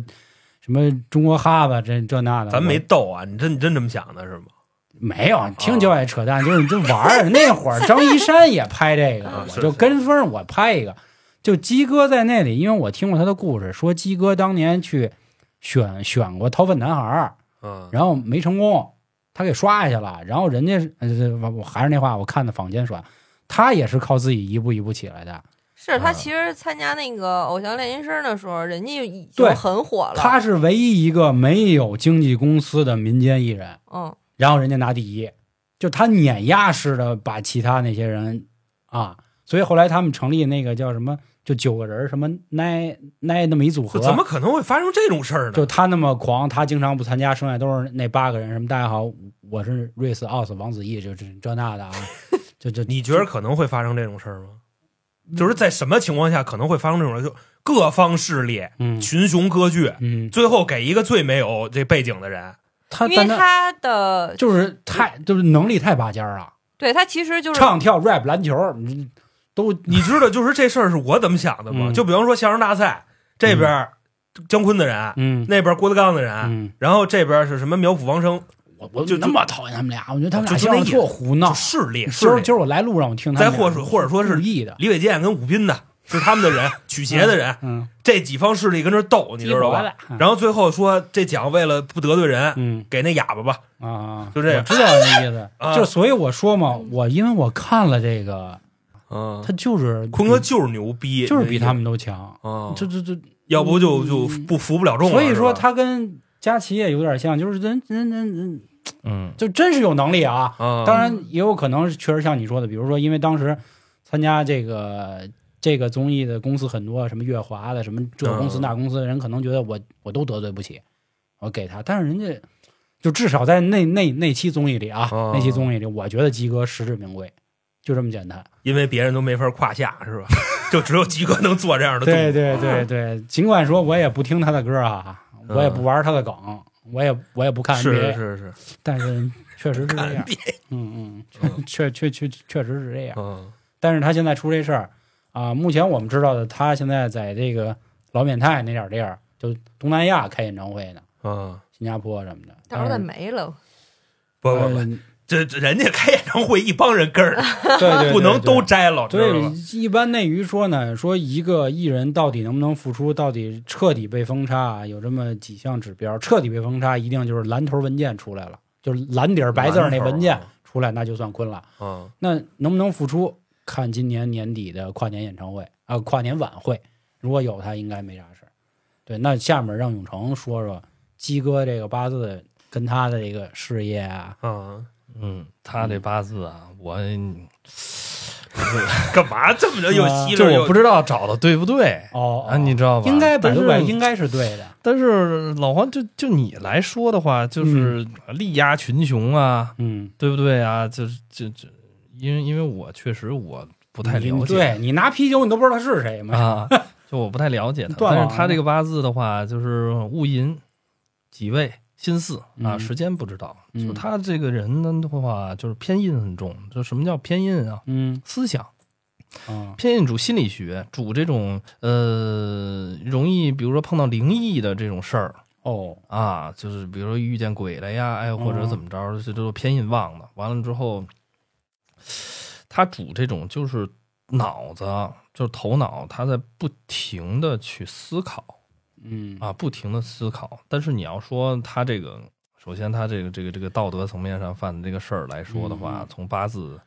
[SPEAKER 2] 什么中国哈巴这这那的，
[SPEAKER 3] 咱没
[SPEAKER 2] 我
[SPEAKER 3] 逗啊，你真你真这么想的是吗？
[SPEAKER 2] 没有，
[SPEAKER 3] 哦
[SPEAKER 2] 听就爱扯淡，就是你就玩儿。 [LAUGHS] 那会儿张一山也拍这个
[SPEAKER 3] 啊，
[SPEAKER 2] 我
[SPEAKER 3] 是
[SPEAKER 2] 就跟风儿，我拍一个。就鸡哥在那里，因为我听过他的故事，说鸡哥当年去选选过掏粪男孩儿，
[SPEAKER 3] 嗯，
[SPEAKER 2] 然后没成功，他给刷下去了。然后人家是，呃我我还是那话，我看的坊间传，他也是靠自己一步一步起来的。
[SPEAKER 5] 是他
[SPEAKER 3] 啊
[SPEAKER 5] 其实参加那个偶像练习生的时候，人家就已经
[SPEAKER 2] 对
[SPEAKER 5] 很火了。
[SPEAKER 2] 他是唯一一个没有经纪公司的民间艺人，
[SPEAKER 5] 嗯，
[SPEAKER 2] 然后人家拿第一，就他碾压式的把其他那些人啊，所以后来他们成立那个叫什么，就九个人儿什么奈奈那么一组合
[SPEAKER 3] 就，怎么可能会发生这种事儿呢？
[SPEAKER 2] 啊就他那么狂，他经常不参加，剩下都是那八个人，什么大家好，我是瑞斯奥斯王子毅，就这这那
[SPEAKER 3] [LAUGHS]
[SPEAKER 2] 的啊，就就
[SPEAKER 3] 你觉得可能会发生这种事儿吗？
[SPEAKER 2] 嗯
[SPEAKER 3] 就是在什么情况下可能会发生这种事儿？就各方势力
[SPEAKER 2] 嗯
[SPEAKER 3] 群雄割据，
[SPEAKER 2] 嗯，
[SPEAKER 3] 最后给一个最没有这背景的人。
[SPEAKER 2] 他
[SPEAKER 5] 因为
[SPEAKER 2] 但
[SPEAKER 5] 他的
[SPEAKER 2] 就是太就是能力太拔尖儿了，
[SPEAKER 5] 对他其实就是
[SPEAKER 2] 唱跳 rap 篮球嗯都
[SPEAKER 3] 你知道，就是这事儿是我怎么想的吗？
[SPEAKER 2] 嗯
[SPEAKER 3] 就比方说相声大赛，这边儿姜昆的人，
[SPEAKER 2] 嗯
[SPEAKER 3] 那边儿郭德纲的人，
[SPEAKER 2] 嗯，
[SPEAKER 3] 然后这边儿是什么苗圃王声，
[SPEAKER 2] 我我
[SPEAKER 3] 就
[SPEAKER 2] 那么讨厌他们俩，我觉得他们俩
[SPEAKER 3] 就就
[SPEAKER 2] 笑
[SPEAKER 3] 那
[SPEAKER 2] 的
[SPEAKER 3] 意
[SPEAKER 2] 特胡闹
[SPEAKER 3] 就。势力势
[SPEAKER 2] 今儿
[SPEAKER 3] 力。
[SPEAKER 2] 今儿我来路上，我听他
[SPEAKER 3] 再
[SPEAKER 2] 们
[SPEAKER 3] 或
[SPEAKER 2] 俩嗯
[SPEAKER 3] 者或者说
[SPEAKER 2] 故
[SPEAKER 3] 是
[SPEAKER 2] 意的，
[SPEAKER 3] 李伟健跟武斌的，是他们
[SPEAKER 2] [LAUGHS]
[SPEAKER 3] 的人，曲协的人，
[SPEAKER 2] 嗯，
[SPEAKER 3] 这几方势力跟这儿斗，你知道吧？？然后最后说这奖为了不得罪人，
[SPEAKER 2] 嗯
[SPEAKER 3] 给那哑巴吧。
[SPEAKER 2] 啊，
[SPEAKER 3] 就这
[SPEAKER 2] 我
[SPEAKER 3] 样
[SPEAKER 2] 知道那意思。
[SPEAKER 3] 啊
[SPEAKER 2] 就所以我说嘛，我因为我看了这个，
[SPEAKER 3] 嗯
[SPEAKER 2] 他就是
[SPEAKER 3] 坤哥就是牛
[SPEAKER 2] 嗯
[SPEAKER 3] 逼，
[SPEAKER 2] 就是比他们都强，
[SPEAKER 3] 啊，
[SPEAKER 2] 这这这，
[SPEAKER 3] 要不就就
[SPEAKER 2] 嗯
[SPEAKER 3] 不服不了众了。
[SPEAKER 2] 所以说
[SPEAKER 3] 是吧
[SPEAKER 2] 他跟佳琪也有点像，就是人人人人
[SPEAKER 4] 嗯，
[SPEAKER 2] 就真是有能力啊。
[SPEAKER 3] 啊，
[SPEAKER 2] 当然也有可能是确实像你说的，比如说因为当时参加这个。这个综艺的公司很多，什么月华啊的，什么这公司
[SPEAKER 3] 嗯
[SPEAKER 2] 那公司的人，可能觉得我我都得罪不起，我给他，但是人家就至少在那那那期综艺里啊，
[SPEAKER 3] 哦
[SPEAKER 2] 那期综艺里，我觉得鸡哥实至名归，就这么简单。
[SPEAKER 3] 因为别人都没法胯下，是吧？ [LAUGHS] 就只有鸡哥能做这样的动
[SPEAKER 2] 对
[SPEAKER 3] 作。
[SPEAKER 2] 对对对，尽管说我也不听他的歌啊，
[SPEAKER 3] 嗯
[SPEAKER 2] 我也不玩他的梗，我也我也不看 NBA，
[SPEAKER 3] 是是是，
[SPEAKER 2] 但是确实是这
[SPEAKER 3] [LAUGHS] 看
[SPEAKER 2] 样，嗯嗯，确确确确确实是这样。
[SPEAKER 3] 嗯
[SPEAKER 2] 但是他现在出这事儿啊、目前我们知道的，他现在在这个老缅泰那点儿地儿，就东南亚开演唱会呢，
[SPEAKER 3] 嗯，
[SPEAKER 2] 新加坡什么的。
[SPEAKER 5] 到时候
[SPEAKER 2] 但
[SPEAKER 5] 再
[SPEAKER 2] 是
[SPEAKER 5] 没了。
[SPEAKER 3] 不不不，
[SPEAKER 2] 嗯
[SPEAKER 3] 这这人家开演唱会一帮人跟着，
[SPEAKER 2] 呃
[SPEAKER 3] [LAUGHS]
[SPEAKER 2] 对对对
[SPEAKER 3] 不能
[SPEAKER 2] 对
[SPEAKER 3] 都摘了，知
[SPEAKER 2] 所
[SPEAKER 3] 道吧？
[SPEAKER 2] 以一般内娱说呢，说一个艺人到底能不能复出，到底彻底被封杀啊，有这么几项指标。彻底被封杀，一定就是蓝头文件出来了，就是蓝底儿白字儿那文件
[SPEAKER 3] 蓝头啊
[SPEAKER 2] 出来，那就算坤了。
[SPEAKER 3] 嗯，
[SPEAKER 2] 那能不能复出，看今年年底的跨年演唱会啊、跨年晚会，如果有他，应该没啥事儿。对，那下面让永成说说鸡哥这个八字跟他的这个事业啊，
[SPEAKER 3] 嗯，
[SPEAKER 4] 嗯，他这八字啊，我
[SPEAKER 3] [LAUGHS] 干嘛这么着又
[SPEAKER 2] 啊
[SPEAKER 3] 吸
[SPEAKER 4] 就
[SPEAKER 3] 溜
[SPEAKER 4] 我
[SPEAKER 3] 又
[SPEAKER 4] 不知道找的对不对
[SPEAKER 2] 哦，
[SPEAKER 4] 啊，你知道吧？
[SPEAKER 2] 应该百
[SPEAKER 4] 但
[SPEAKER 2] 度
[SPEAKER 4] 是
[SPEAKER 2] 百应该是对的，
[SPEAKER 4] 但是老黄，就就你来说的话，就是力压群雄啊，
[SPEAKER 2] 嗯，
[SPEAKER 4] 对不对啊？就是这这，因为因为我确实我
[SPEAKER 2] 不
[SPEAKER 4] 不太
[SPEAKER 2] 嗯
[SPEAKER 4] 了解，
[SPEAKER 2] 对你拿啤酒，你都不知道他是谁 [LAUGHS] 吗？
[SPEAKER 4] 啊，就我不太了解他。
[SPEAKER 2] 断
[SPEAKER 4] 但
[SPEAKER 2] 网
[SPEAKER 4] 是他
[SPEAKER 2] 了
[SPEAKER 4] 这个八字的话，就是戊寅、己未、辛巳啊，
[SPEAKER 2] 嗯
[SPEAKER 4] 时间不知道。
[SPEAKER 2] 嗯
[SPEAKER 4] 就是他这个人呢的话，就是偏印很重。就什么叫偏印啊？
[SPEAKER 2] 嗯
[SPEAKER 4] 思想
[SPEAKER 2] 啊
[SPEAKER 4] 偏印主心理学，主这种呃容易，比如说碰到灵异的这种事儿。
[SPEAKER 2] 哦，
[SPEAKER 4] 啊，就是比如说遇见鬼了呀，哎，或者
[SPEAKER 2] 嗯
[SPEAKER 4] 怎么着，这都是偏印旺的。完了之后，他主这种就是脑子，就是头脑，他在不停的去思考
[SPEAKER 2] 嗯
[SPEAKER 4] 啊，不停的思考。但是你要说他这个，首先他这个这个这个道德层面上犯的这个事儿来说的话，
[SPEAKER 2] 嗯
[SPEAKER 4] 从八字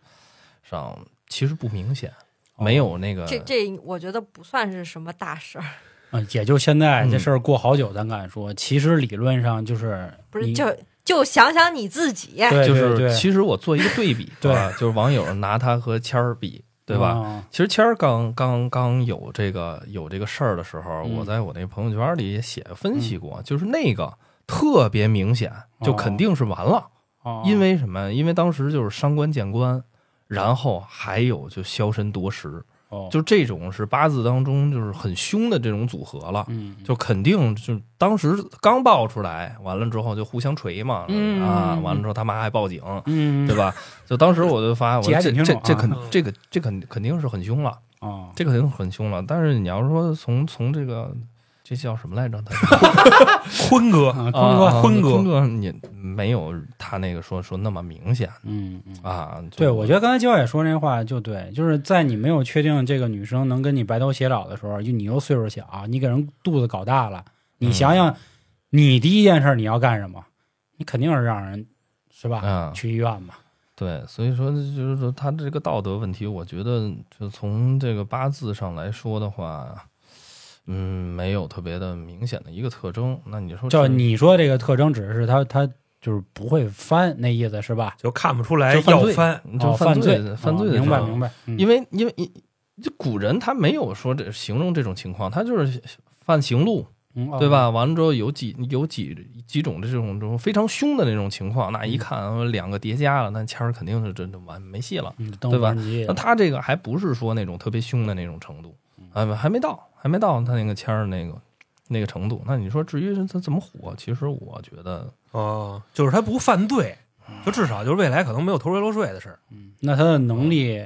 [SPEAKER 4] 上其实不明显，
[SPEAKER 2] 哦
[SPEAKER 4] 没有那个
[SPEAKER 5] 这这，我觉得不算是什么大事儿，
[SPEAKER 2] 啊，也就现在
[SPEAKER 4] 嗯
[SPEAKER 2] 这事儿过好久，咱敢说，其实理论上就是
[SPEAKER 5] 不是
[SPEAKER 2] 你
[SPEAKER 5] 就就想想你自己。
[SPEAKER 2] 对
[SPEAKER 4] 就
[SPEAKER 2] 对
[SPEAKER 4] 是
[SPEAKER 2] 对
[SPEAKER 4] 其实我做一个对比，
[SPEAKER 2] 对
[SPEAKER 4] 啊，就是网友拿他和谦儿比，对吧？
[SPEAKER 2] 啊
[SPEAKER 4] 其实谦儿刚刚刚有这个有这个事儿的时候，
[SPEAKER 2] 嗯
[SPEAKER 4] 我在我那朋友圈里也写分析过，就是那个特别明显，就肯定是完了。
[SPEAKER 2] 哦
[SPEAKER 4] 因为什么？因为当时就是伤官见官，然后还有就枭身夺食，
[SPEAKER 2] 哦
[SPEAKER 4] 就这种是八字当中就是很凶的这种组合了。
[SPEAKER 2] 嗯
[SPEAKER 4] 就肯定就当时刚爆出来，完了之后就互相锤嘛，
[SPEAKER 2] 嗯
[SPEAKER 4] 啊，
[SPEAKER 2] 嗯嗯
[SPEAKER 4] 完了之后他妈还报警，
[SPEAKER 2] 嗯
[SPEAKER 4] 对吧？就当时我就发，我
[SPEAKER 2] 解
[SPEAKER 4] 说
[SPEAKER 2] 还
[SPEAKER 4] 这
[SPEAKER 2] 挺清楚
[SPEAKER 4] 这这
[SPEAKER 2] 啊
[SPEAKER 4] 肯
[SPEAKER 3] 嗯
[SPEAKER 4] 这个这肯肯定是很凶了，
[SPEAKER 2] 哦
[SPEAKER 4] 这肯定很凶了。但是你要说从从这个这叫什么来着？他
[SPEAKER 3] 坤哥，
[SPEAKER 2] [LAUGHS] 啊，坤
[SPEAKER 4] 啊
[SPEAKER 2] 哥，
[SPEAKER 4] 啊
[SPEAKER 3] 坤哥
[SPEAKER 4] 坤哥，你没有他那个说说那么明显
[SPEAKER 2] 嗯嗯。
[SPEAKER 4] 啊？就
[SPEAKER 2] 对，我觉得刚才焦姐说那话就对，就是在你没有确定这个女生能跟你白头偕老的时候，就你又岁数小，你给人肚子搞大了，你
[SPEAKER 4] 嗯
[SPEAKER 2] 想想，你第一件事你要干什么？你肯定是让人是吧？
[SPEAKER 4] 嗯
[SPEAKER 2] 去医院嘛。
[SPEAKER 4] 对，所以说就是说他这个道德问题，我觉得就从这个八字上来说的话，嗯，没有特别的明显的一个特征。那你说
[SPEAKER 2] 就
[SPEAKER 4] 这
[SPEAKER 2] 你说这个特征，指的是他他就是不会翻，那意思是吧？
[SPEAKER 3] 就看不出来
[SPEAKER 4] 就犯
[SPEAKER 3] 要
[SPEAKER 4] 罪
[SPEAKER 3] 翻，
[SPEAKER 4] 嗯就
[SPEAKER 2] 哦犯
[SPEAKER 4] 罪
[SPEAKER 2] 罪，
[SPEAKER 4] 犯罪
[SPEAKER 2] 哦
[SPEAKER 4] 的
[SPEAKER 2] 明白
[SPEAKER 4] 时候
[SPEAKER 2] 明白。嗯
[SPEAKER 4] 因为因为因这古人他没有说这形容这种情况，他就是犯刑路，
[SPEAKER 2] 嗯哦
[SPEAKER 4] 对吧？完了之后有几有几几种这种这种非常凶的那种情况，那一看呃两个叠加了，那签儿肯定是真的完没戏了。
[SPEAKER 2] 嗯，登
[SPEAKER 4] 对吧
[SPEAKER 2] 无人机
[SPEAKER 4] 那他这个还不是说那种特别凶的那种程度，啊，还没到，还没到他那个签儿那个那个程度。那你说至于他怎么火，其实我觉得
[SPEAKER 3] 哦，就是他不犯罪，就至少就是未来可能没有偷税漏税的事儿。
[SPEAKER 2] 嗯那他的能力，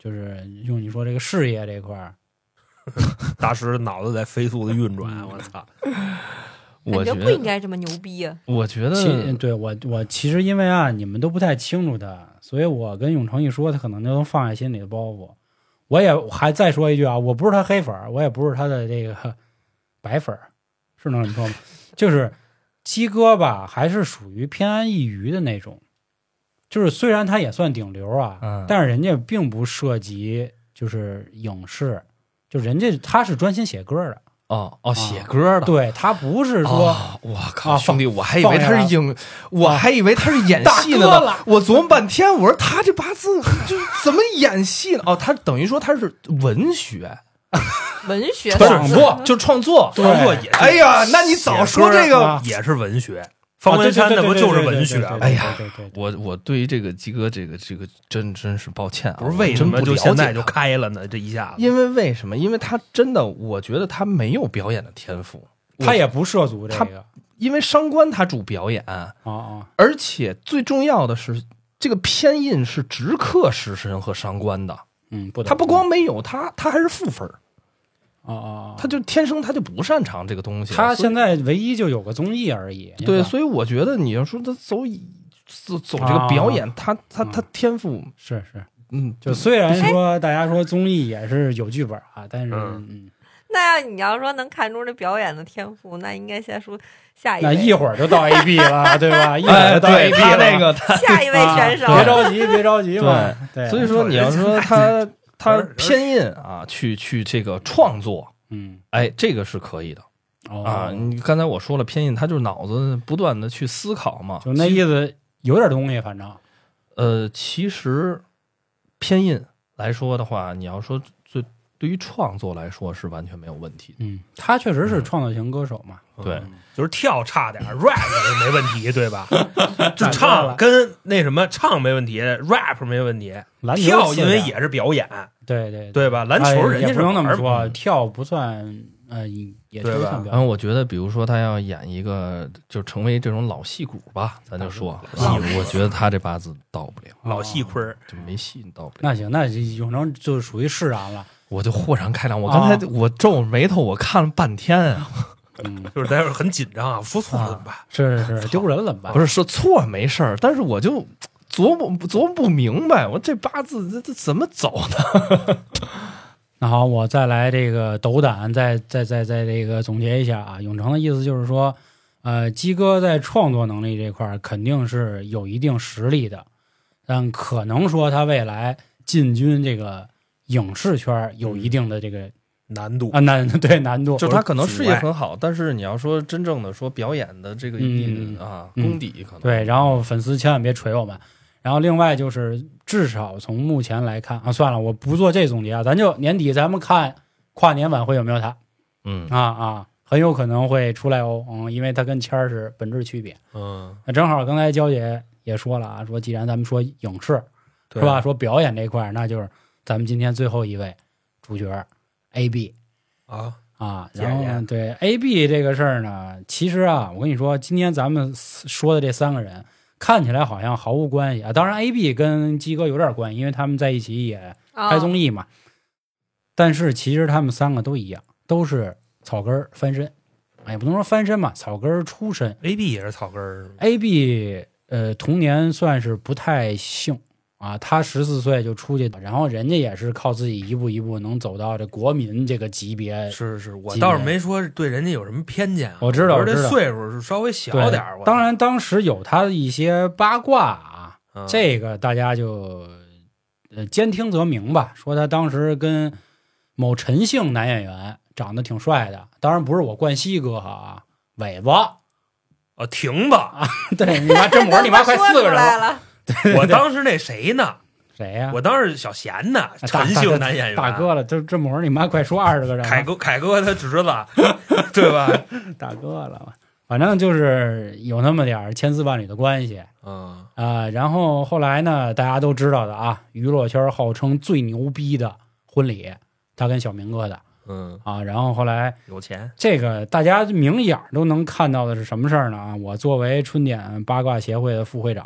[SPEAKER 2] 就是用你说这个事业这块儿，
[SPEAKER 3] 大师脑子在飞速的运转，我操！
[SPEAKER 4] 我
[SPEAKER 5] 感
[SPEAKER 4] 觉
[SPEAKER 5] 觉不应
[SPEAKER 4] 得
[SPEAKER 5] 该这么牛逼啊！
[SPEAKER 4] 我觉
[SPEAKER 2] 其
[SPEAKER 4] 得
[SPEAKER 2] 对我我其实因为啊，你们都不太清楚他，所以我跟永成一说，他可能就能放下心里的包袱。我也我还再说一句啊，我不是他黑粉儿，我也不是他的这个白粉儿，是能这么说吗？就是鸡哥吧，还是属于偏安一隅的那种，就是虽然他也算顶流啊，
[SPEAKER 4] 嗯
[SPEAKER 2] 但是人家并不涉及就是影视，就人家他是专心写歌的，
[SPEAKER 4] 哦哦，写歌的。
[SPEAKER 2] 对他不是说、
[SPEAKER 4] 哦，我靠，
[SPEAKER 2] 啊
[SPEAKER 4] 兄弟，我还以
[SPEAKER 2] 放
[SPEAKER 4] 为他
[SPEAKER 2] 下
[SPEAKER 4] 是影，我还以为他是演戏
[SPEAKER 2] 大
[SPEAKER 4] 的
[SPEAKER 2] 哥
[SPEAKER 4] 呢。我琢磨半天，我说他这八字就怎么演戏呢？哦，他等于说他是文学，
[SPEAKER 5] 文学
[SPEAKER 2] 不是
[SPEAKER 5] 上
[SPEAKER 2] 不是
[SPEAKER 4] 就创作。
[SPEAKER 2] 对
[SPEAKER 3] 创作也是，
[SPEAKER 4] 哎呀，那你早说这
[SPEAKER 2] 写歌
[SPEAKER 4] 个
[SPEAKER 2] 啊，
[SPEAKER 3] 也是文学。方文山那不就是文学啊吗？
[SPEAKER 4] 哎呀
[SPEAKER 2] 对对对，
[SPEAKER 4] 我我对于这个鸡哥这个这个真真是抱歉啊，
[SPEAKER 3] 不是为什
[SPEAKER 4] 真
[SPEAKER 3] 么
[SPEAKER 4] 不
[SPEAKER 3] 就
[SPEAKER 4] 了解
[SPEAKER 3] 现在就
[SPEAKER 4] 他
[SPEAKER 3] 开了呢？这一下子，
[SPEAKER 4] 因为为什么？因为他真的，我觉得他没有表演的天赋，
[SPEAKER 2] 他也不涉足这
[SPEAKER 4] 他
[SPEAKER 2] 个
[SPEAKER 4] 因为伤官他主表演，
[SPEAKER 2] 啊啊
[SPEAKER 4] 而且最重要的是，这个偏印是直克食神和伤官的，
[SPEAKER 2] 嗯，不懂，
[SPEAKER 4] 他不光没有他，他还是负分儿，
[SPEAKER 2] 啊啊，
[SPEAKER 4] 他就天生他就不擅长这个东西。
[SPEAKER 2] 他
[SPEAKER 4] 所以
[SPEAKER 2] 现在唯一就有个综艺而已。
[SPEAKER 4] 对，
[SPEAKER 2] 是吧
[SPEAKER 4] 所以我觉得你要说他走以走走这个表演，他他他天赋，
[SPEAKER 2] 是是，
[SPEAKER 4] 嗯，
[SPEAKER 2] 就虽然说大家说综艺也是有剧本啊，但是
[SPEAKER 3] 嗯
[SPEAKER 2] 嗯，
[SPEAKER 5] [LAUGHS] 那要你要说能看出这表演的天赋，那应该先说下一
[SPEAKER 2] 那一
[SPEAKER 5] 位，
[SPEAKER 2] 会儿就到 AB 了，对吧？一会儿
[SPEAKER 4] 哎，
[SPEAKER 2] 就到
[SPEAKER 4] 对
[SPEAKER 2] AB
[SPEAKER 4] 哎他
[SPEAKER 2] 了，
[SPEAKER 4] 那个他
[SPEAKER 5] 下一位
[SPEAKER 2] 啊
[SPEAKER 5] 选手，
[SPEAKER 2] 别着急，别着急嘛。对，
[SPEAKER 4] 所以说你要说他 [LAUGHS] 他偏印啊，去去这个创作，
[SPEAKER 2] 嗯
[SPEAKER 4] 哎，这个是可以的
[SPEAKER 2] 哦
[SPEAKER 4] 啊。你刚才我说了，偏印他就是脑子不断的去思考嘛，
[SPEAKER 2] 就那
[SPEAKER 4] 其
[SPEAKER 2] 意思有点东西，反正
[SPEAKER 4] 呃，其实偏印来说的话，你要说最对于创作来说是完全没有问题的。
[SPEAKER 2] 嗯，他确实是创作型歌手嘛。
[SPEAKER 3] 嗯
[SPEAKER 4] 对，
[SPEAKER 3] 就是跳差点儿，rap 是没问题，对 [LAUGHS] 吧？就
[SPEAKER 2] 错了
[SPEAKER 3] 唱跟那什么唱没问题，rap 没问题，
[SPEAKER 2] 篮球
[SPEAKER 3] 跳
[SPEAKER 2] 四
[SPEAKER 3] 因为
[SPEAKER 2] 点
[SPEAKER 3] 也是表演，
[SPEAKER 2] 对对
[SPEAKER 3] 对吧？篮球
[SPEAKER 2] 哎
[SPEAKER 3] 人家
[SPEAKER 2] 也
[SPEAKER 3] 是
[SPEAKER 2] 不用那
[SPEAKER 3] 玩
[SPEAKER 2] 么
[SPEAKER 3] 儿
[SPEAKER 2] 说，跳不算，呃，也
[SPEAKER 3] 对
[SPEAKER 2] 不
[SPEAKER 3] 吧
[SPEAKER 2] 算表
[SPEAKER 4] 然
[SPEAKER 2] 演。
[SPEAKER 4] 后我觉得，比如说他要演一个，就成为这种老戏骨吧，咱就说，哎
[SPEAKER 3] 老
[SPEAKER 4] 我我觉得他这八字到不了，
[SPEAKER 3] 老
[SPEAKER 2] 嗯
[SPEAKER 3] 戏坤儿，
[SPEAKER 4] 就没戏到不了。
[SPEAKER 2] 那行，那就永成就属于释然了。
[SPEAKER 4] 我就豁然开朗，我刚才
[SPEAKER 2] 啊
[SPEAKER 4] 我皱着眉头，我看了半天啊。
[SPEAKER 2] 嗯，
[SPEAKER 3] 就是待会儿很紧张啊，说错了怎么办？
[SPEAKER 2] 是是是，丢人了怎么办？
[SPEAKER 4] 不
[SPEAKER 2] 是，
[SPEAKER 4] 是说错没事儿，但是我就琢磨琢磨不明白，我这八字这这怎么走呢？
[SPEAKER 2] 那好，我再来这个斗胆，再再再再这个总结一下啊。永成的意思就是说，呃，鸡哥在创作能力这块儿肯定是有一定实力的，但可能说他未来进军这个影视圈儿有一定的这个
[SPEAKER 3] 难度
[SPEAKER 2] 啊，难 [LAUGHS] 对难度，
[SPEAKER 4] [LAUGHS] 嗯就他可能事
[SPEAKER 3] 阻
[SPEAKER 4] 业
[SPEAKER 3] 碍
[SPEAKER 4] 很好，但是你要说真正的说表演的这个
[SPEAKER 2] 嗯
[SPEAKER 4] 啊
[SPEAKER 2] 嗯
[SPEAKER 4] 功底可能
[SPEAKER 2] 对，然后粉丝千万别锤我们。然后另外就是，至少从目前来看啊，算了，我不做这总结啊，咱就年底咱们看跨年晚会有没有他
[SPEAKER 4] 嗯
[SPEAKER 2] 啊啊，很有可能会出来哦，嗯，因为他跟谦儿是本质区别。
[SPEAKER 3] 嗯，
[SPEAKER 2] 那正好刚才娇姐也说了啊，说既然咱们说影视是
[SPEAKER 3] 对
[SPEAKER 2] 吧，？说表演这块儿，那就是咱们今天最后一位主角 A B。
[SPEAKER 3] 啊，
[SPEAKER 2] 啊，
[SPEAKER 3] 演
[SPEAKER 2] 然后呢
[SPEAKER 3] 员
[SPEAKER 2] 对 A B 这个事儿呢，其实啊，我跟你说，今天咱们说的这三个人看起来好像毫无关系啊，当然 A B 跟鸡哥有点关系，因为他们在一起也
[SPEAKER 5] 啊
[SPEAKER 2] 拍综艺嘛。但是其实他们三个都一样，都是草根儿翻身，哎，也不能说翻身吧，草根儿出身。
[SPEAKER 3] A B 也是草根儿，
[SPEAKER 2] A B 呃，童年算是不太幸啊，他十四岁就出去，然后人家也是靠自己一步一步能走到这国民这个级别，
[SPEAKER 3] 是是，我
[SPEAKER 2] 几
[SPEAKER 3] 倒是
[SPEAKER 2] 哎年
[SPEAKER 3] 没说对人家有什么偏见啊，
[SPEAKER 2] 我知道
[SPEAKER 3] 我说
[SPEAKER 2] 我知
[SPEAKER 3] 这
[SPEAKER 2] 道
[SPEAKER 3] 岁数是稍微小
[SPEAKER 2] 对，
[SPEAKER 3] 点儿，我
[SPEAKER 2] 当然，当时有他的一些八卦啊，
[SPEAKER 3] 嗯
[SPEAKER 2] 这个大家就呃兼听则明吧。说他当时跟某陈姓男演员长得挺帅的，当然不是我冠希哥哈啊，伟子，
[SPEAKER 3] 啊，停
[SPEAKER 2] 哎
[SPEAKER 3] 吧，
[SPEAKER 2] [LAUGHS] 对你妈真模，你妈快四个人
[SPEAKER 5] 来
[SPEAKER 2] 了，
[SPEAKER 5] 了，
[SPEAKER 3] 我当时那谁呢？
[SPEAKER 2] 谁呀、
[SPEAKER 3] 我当时小贤呢，
[SPEAKER 2] 啊大
[SPEAKER 3] [LAUGHS] 陈姓男演员，
[SPEAKER 2] 大哥了，这这模你妈快说二十个人了，
[SPEAKER 3] 凯哥，凯哥他侄子，
[SPEAKER 2] [LAUGHS]
[SPEAKER 3] 对吧？
[SPEAKER 2] 大哥了，反正就是有那么点儿千丝万缕的关系。
[SPEAKER 3] 嗯，
[SPEAKER 2] 啊、然后后来呢，大家都知道的啊，娱乐圈号称最牛逼的婚礼，他跟小明哥的
[SPEAKER 3] 嗯，
[SPEAKER 2] 啊。然后后来
[SPEAKER 3] 有
[SPEAKER 2] [LAUGHS]
[SPEAKER 3] 钱，，
[SPEAKER 2] 这个大家明眼儿都能看到的是什么事儿呢？啊，我作为春点八卦协会的副会长，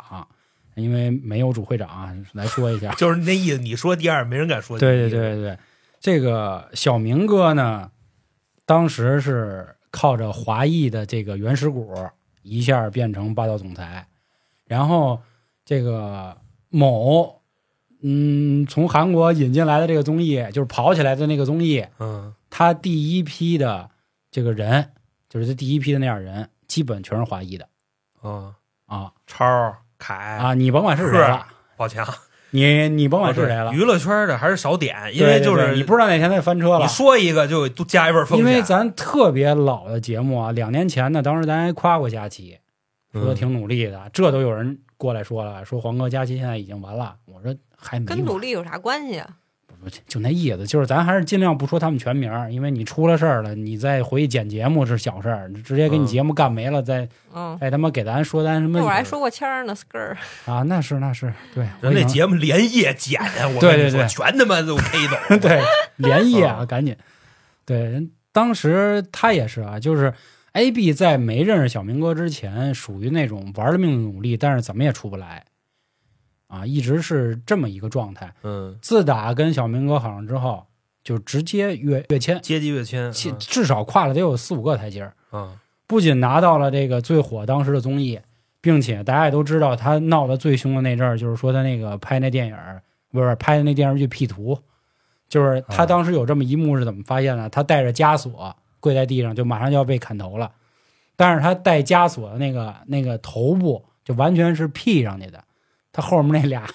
[SPEAKER 2] 因为没有主会长啊来说一下
[SPEAKER 3] 就是那意思。你说第二，没人敢说。
[SPEAKER 2] 对对，对对对，这个小明哥呢，当时是靠着华裔的这个原始股，一下变成霸道总裁，然后这个某，嗯，从韩国引进来的这个综艺，就是跑起来的那个综艺，
[SPEAKER 3] 嗯，
[SPEAKER 2] 他第一批的这个人，就是他第一批的那样人，基本全是华裔的
[SPEAKER 3] 嗯，
[SPEAKER 2] 啊
[SPEAKER 3] 超儿凯
[SPEAKER 2] 啊，你甭管是谁了，
[SPEAKER 3] 宝强，
[SPEAKER 2] [LAUGHS] 你你甭管是谁
[SPEAKER 3] 啊哦对
[SPEAKER 2] 了，
[SPEAKER 3] 娱乐圈的还是少点，因
[SPEAKER 2] 对
[SPEAKER 3] 为
[SPEAKER 2] 对
[SPEAKER 3] 就是
[SPEAKER 2] 对你不知道哪天他翻车了
[SPEAKER 3] 你。说一个就都加一份风
[SPEAKER 2] 因
[SPEAKER 3] 险。
[SPEAKER 2] 为咱特别老的节目啊，两年前呢，当时咱还夸过佳琪，
[SPEAKER 4] 嗯
[SPEAKER 2] 说挺努力的，这都有人过来说了，说黄哥佳琪现在已经完了。我说还没
[SPEAKER 5] 跟
[SPEAKER 2] 完
[SPEAKER 5] 努力有啥关系啊？
[SPEAKER 2] 不就就那意思，就是咱还是尽量不说他们全名儿，因为你出了事儿了，你再回去剪节目是小事儿，直接给你节目干没了，再
[SPEAKER 5] 嗯，
[SPEAKER 2] 再他妈给咱说咱什么
[SPEAKER 5] 那会儿还说过谦儿呢，skr，
[SPEAKER 2] [LAUGHS] 啊，那是那是，对，
[SPEAKER 3] 人那
[SPEAKER 2] 我
[SPEAKER 3] 节目连夜
[SPEAKER 2] [LAUGHS]
[SPEAKER 3] 剪呀，我
[SPEAKER 2] 对
[SPEAKER 3] 跟你
[SPEAKER 2] 对
[SPEAKER 3] 说，
[SPEAKER 2] 对
[SPEAKER 3] 全他妈都 K 走。
[SPEAKER 2] [LAUGHS]
[SPEAKER 3] [LAUGHS]
[SPEAKER 2] 想对连夜啊，
[SPEAKER 3] 嗯
[SPEAKER 2] 赶紧，对，人当时他也是啊，就是 A B 在没认识小明哥之前，属于那种玩了命的努力，但是怎么也出不来，啊，一直是这么一个状态。
[SPEAKER 3] 嗯，
[SPEAKER 2] 自打跟小明哥好上之后，就直接跃跃迁，
[SPEAKER 3] 阶级跃
[SPEAKER 2] [LAUGHS]
[SPEAKER 3] 迁，
[SPEAKER 2] 至至少跨了得有四五个台阶儿。
[SPEAKER 3] 嗯
[SPEAKER 2] 不仅拿到了这个最火当时的综艺，并且大家也都知道他闹得最凶的那阵儿，就是说他那个拍那电影儿，不是拍的那电视剧 P 图，就是他当时有这么一幕是怎么发现的？他带着枷锁跪在地上，就马上就要被砍头了，但是他带枷锁的那个那个头部就完全是 P 上去的，他后面那俩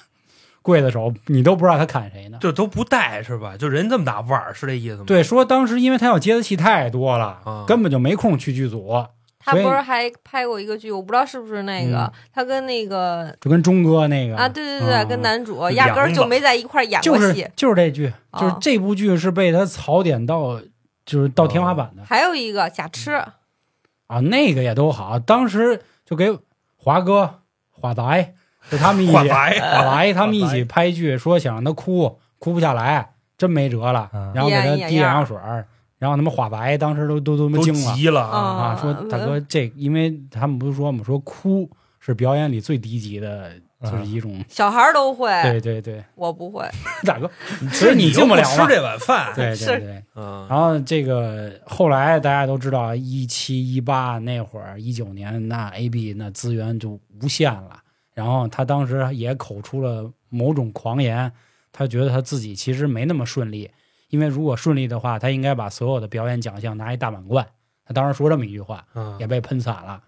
[SPEAKER 2] 刽子手你都不知道他砍谁呢。
[SPEAKER 3] 就都不带是吧？就人这么大腕儿，是这意思吗？
[SPEAKER 2] 对，说当时因为他要接的戏太多
[SPEAKER 3] 啊
[SPEAKER 4] 嗯
[SPEAKER 2] 了，根本就没空去剧组，
[SPEAKER 5] 他
[SPEAKER 2] 所以嗯
[SPEAKER 5] 不是还拍过一个剧，我不知道是不是那个，他跟那个
[SPEAKER 2] 就跟钟哥那个
[SPEAKER 5] 啊，对对对，
[SPEAKER 2] 嗯
[SPEAKER 5] 跟男主
[SPEAKER 3] 嗯
[SPEAKER 5] 压根儿
[SPEAKER 3] 两
[SPEAKER 5] 就
[SPEAKER 3] 个
[SPEAKER 5] 没在一块儿演
[SPEAKER 2] 就
[SPEAKER 5] 过
[SPEAKER 2] 是
[SPEAKER 5] 戏。
[SPEAKER 2] 就是这剧，就是
[SPEAKER 5] 啊
[SPEAKER 2] 这部剧是被他槽点到就是到天花板的
[SPEAKER 5] 还有一个假痴，
[SPEAKER 2] 啊，那个也都好，当时就给华哥、华仔就他们一起
[SPEAKER 3] 换白
[SPEAKER 2] 华 [LAUGHS] 仔他们一起拍剧，说想让他哭，哭不下来，真没辙了
[SPEAKER 4] 啊，
[SPEAKER 2] 然后给他
[SPEAKER 5] 一眼
[SPEAKER 2] 滴
[SPEAKER 5] 一
[SPEAKER 2] 眼
[SPEAKER 5] 眼样
[SPEAKER 2] 药水儿，然后他妈华白当时都都都他
[SPEAKER 3] 都
[SPEAKER 2] 妈惊了
[SPEAKER 3] 急了啊！
[SPEAKER 5] 哦
[SPEAKER 2] 啊，说
[SPEAKER 5] 嗯
[SPEAKER 2] 大哥这，因为他们不是说嘛，说哭是表演里最低级的，就是一种。
[SPEAKER 5] 小孩儿都会，
[SPEAKER 2] 对对
[SPEAKER 5] [LAUGHS]
[SPEAKER 2] 对，
[SPEAKER 5] 我不会。
[SPEAKER 2] 大哥，
[SPEAKER 3] 其
[SPEAKER 2] 实你进不了
[SPEAKER 3] 吃
[SPEAKER 2] 嘛
[SPEAKER 3] 这碗饭，
[SPEAKER 2] 对对
[SPEAKER 5] 是
[SPEAKER 2] 对，
[SPEAKER 3] 嗯
[SPEAKER 4] 啊
[SPEAKER 2] 然后这个后来大家都知道，一七一八那会儿，一九年那 A B 那资源就无限了。然后他当时也口出了某种狂言，他觉得他自己其实没那么顺利，因为如果顺利的话，他应该把所有的表演奖项拿一大满贯。他当时说这么一句话，也
[SPEAKER 3] 嗯
[SPEAKER 2] 被喷惨了。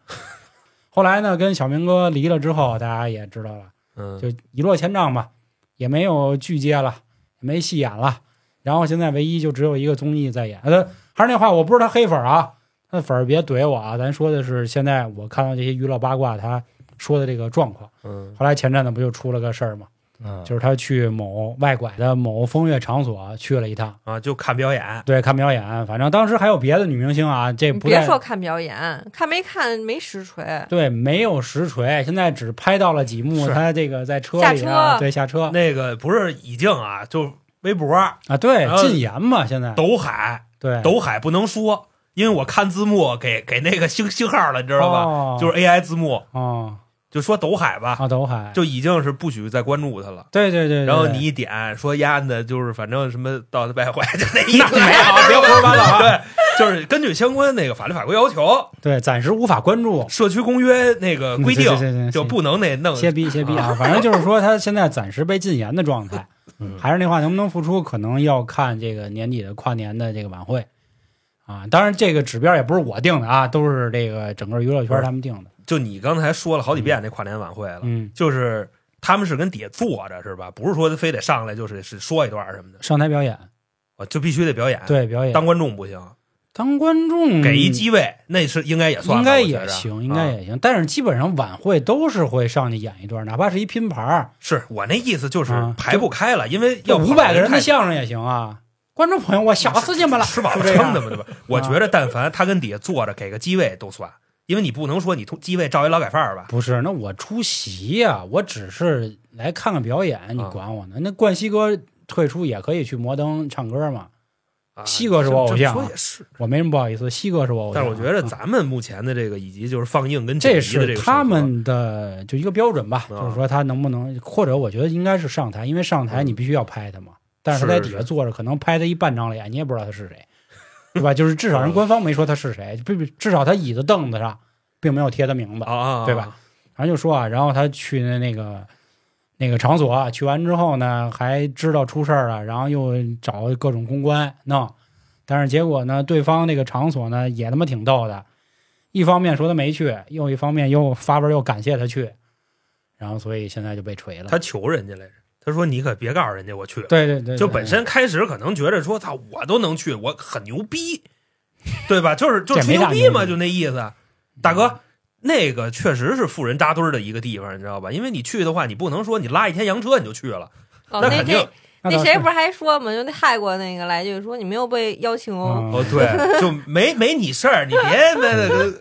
[SPEAKER 2] 后来呢，跟小明哥离了之后，大家也知道了。
[SPEAKER 3] 嗯，
[SPEAKER 2] 就一落千丈吧，也没有剧接了，也没戏演了，然后现在唯一就只有一个综艺在演。呃，还是那话，我不是他黑粉啊，他的粉儿别怼我啊。咱说的是现在我看到这些娱乐八卦他说的这个状况。
[SPEAKER 3] 嗯
[SPEAKER 2] 后来前阵子不就出了个事儿嘛，
[SPEAKER 4] 嗯，
[SPEAKER 2] 就是他去某外拐的某风月场所去了一趟，
[SPEAKER 3] 啊，就看表演，
[SPEAKER 2] 对，看表演。反正当时还有别的女明星啊，这
[SPEAKER 5] 你
[SPEAKER 2] 不
[SPEAKER 5] 别
[SPEAKER 2] 在
[SPEAKER 5] 说看表演，看没看没实锤，
[SPEAKER 2] 对，没有实锤，现在只拍到了几幕，
[SPEAKER 3] 是
[SPEAKER 2] 他这个在车
[SPEAKER 5] 下
[SPEAKER 2] 里啊，
[SPEAKER 5] 车
[SPEAKER 2] 对，下车
[SPEAKER 3] 那个不是已经啊，就微博
[SPEAKER 2] 啊，对
[SPEAKER 3] 然，后
[SPEAKER 2] 禁言嘛，现在
[SPEAKER 3] 抖海，
[SPEAKER 2] 对，
[SPEAKER 3] 抖海不能说，因为我看字幕给给那个星星号了，你知
[SPEAKER 2] 知
[SPEAKER 3] 道吧？就是是 AI 字幕，
[SPEAKER 2] 哦
[SPEAKER 3] 就说抖海吧，
[SPEAKER 2] 啊，抖海，
[SPEAKER 3] 就已经是不许再关注他了。
[SPEAKER 2] 对对对，对
[SPEAKER 3] 然后
[SPEAKER 2] 对
[SPEAKER 3] 你一点说丫的，就是反正什么道德败坏，就那
[SPEAKER 2] [LAUGHS]
[SPEAKER 3] 意
[SPEAKER 2] 那
[SPEAKER 3] 思。
[SPEAKER 2] 没有，别胡说八道啊，
[SPEAKER 3] [LAUGHS] 对，就是根据相关那个法律法规要求，
[SPEAKER 2] 对，暂时无法关注，
[SPEAKER 3] 社区公约那个规定
[SPEAKER 2] 嗯行行行
[SPEAKER 3] 就不能那弄。
[SPEAKER 2] 歇逼歇逼啊，反正就是说他现在暂时被禁言的状
[SPEAKER 3] [LAUGHS]
[SPEAKER 2] 态，
[SPEAKER 4] 嗯
[SPEAKER 2] 还是那话，能不能复出，可能要看这个年底的跨年的这个晚会。啊，当然，这个指标也不是我定的啊，都是这个整个娱乐圈他们定的。
[SPEAKER 3] 就你刚才说了好几遍那跨年晚会了，
[SPEAKER 2] 嗯，
[SPEAKER 3] 就是他们是跟底下坐着是吧？不是说非得上来就是是说一段什么的，
[SPEAKER 2] 上台表演，
[SPEAKER 3] 我就必须得表演。，
[SPEAKER 2] 对表演，
[SPEAKER 3] 哎当观众不行，
[SPEAKER 2] 当观众
[SPEAKER 3] 给一机位那是应该也算吧，
[SPEAKER 2] 应该
[SPEAKER 3] 我觉
[SPEAKER 2] 也
[SPEAKER 3] 着
[SPEAKER 2] 行，应该
[SPEAKER 3] 啊
[SPEAKER 2] 也行。但是基本上晚会都是会上去演一段，哪怕是一拼盘儿，
[SPEAKER 3] 是我那意思就是
[SPEAKER 2] 啊
[SPEAKER 3] 排不开了，因为要
[SPEAKER 2] 五百个人
[SPEAKER 3] 太
[SPEAKER 2] 的相声也行啊。观众朋友，我小死你们了，
[SPEAKER 3] 吃饱
[SPEAKER 2] 就
[SPEAKER 3] 了
[SPEAKER 2] 这
[SPEAKER 3] 撑
[SPEAKER 2] 样啊
[SPEAKER 3] 的嘛，对吧？我觉着但凡他跟底下坐着给个机位都算，因为你不能说你通机位照一劳改范儿吧。
[SPEAKER 2] [LAUGHS] 不是，那我出席呀、我只是来看看表演，你
[SPEAKER 3] 啊
[SPEAKER 2] 管我呢？那冠希哥退出也可以去摩登唱歌嘛，
[SPEAKER 3] 啊
[SPEAKER 2] 西哥是我偶像啊
[SPEAKER 3] 这么说也是，
[SPEAKER 2] 我没什么不好意思。希哥是我偶像
[SPEAKER 3] 但
[SPEAKER 2] 啊，
[SPEAKER 3] 是我觉得
[SPEAKER 2] 啊
[SPEAKER 3] 咱们目前的这个以及就是放映跟
[SPEAKER 2] 这
[SPEAKER 3] 剪辑的
[SPEAKER 2] 是
[SPEAKER 3] 这个
[SPEAKER 2] 他
[SPEAKER 3] 生活
[SPEAKER 2] 们的就一个标准吧，
[SPEAKER 3] 啊
[SPEAKER 2] 就是说他能不能，或者我觉得应该是上台，因为上台你必须要拍他嘛。但嗯是他
[SPEAKER 3] 是
[SPEAKER 2] 在
[SPEAKER 3] 是
[SPEAKER 2] 底下坐着，可能拍他一半张脸，你也不知道他是谁，对吧？就是至少人官方没说他是谁，不不至少他椅子凳子上并没有贴他名字
[SPEAKER 3] 啊。啊啊，啊
[SPEAKER 2] 对吧？然后就说啊，然后他去那那个那个场所啊，去完之后呢，还知道出事儿了，然后又找各种公关弄，但是结果呢，对方那个场所呢也他妈挺逗的，一方面说他没去，又一方面又发文又感谢他去，然后所以现在就被锤了。
[SPEAKER 3] 他求人家来着，他说你可别告诉人家我去了。
[SPEAKER 2] 对对对，
[SPEAKER 3] 就
[SPEAKER 2] 对
[SPEAKER 3] 本身开始可能觉着说，操，我都能去，我很牛逼，对吧？就是就
[SPEAKER 2] 这
[SPEAKER 3] 吹
[SPEAKER 2] 没
[SPEAKER 3] 牛
[SPEAKER 2] 啥
[SPEAKER 3] 逼
[SPEAKER 2] 牛
[SPEAKER 3] 嘛，
[SPEAKER 2] 逼嗯
[SPEAKER 3] 就那意思。大哥，那个确实是富人扎堆儿的一个地方，你知道吧？因为你去的话，你不能说你拉一天洋车你就去了，
[SPEAKER 5] 哦，
[SPEAKER 3] 那
[SPEAKER 5] 那
[SPEAKER 3] 肯定
[SPEAKER 2] 那
[SPEAKER 5] 那那
[SPEAKER 2] 倒
[SPEAKER 5] 谁
[SPEAKER 2] 是
[SPEAKER 5] 不是还说嘛，就那泰国那个来句说你没有被邀请哦，
[SPEAKER 3] 哦
[SPEAKER 2] 嗯，
[SPEAKER 3] 对，就没没你
[SPEAKER 2] [LAUGHS]
[SPEAKER 3] 事儿，你别别那个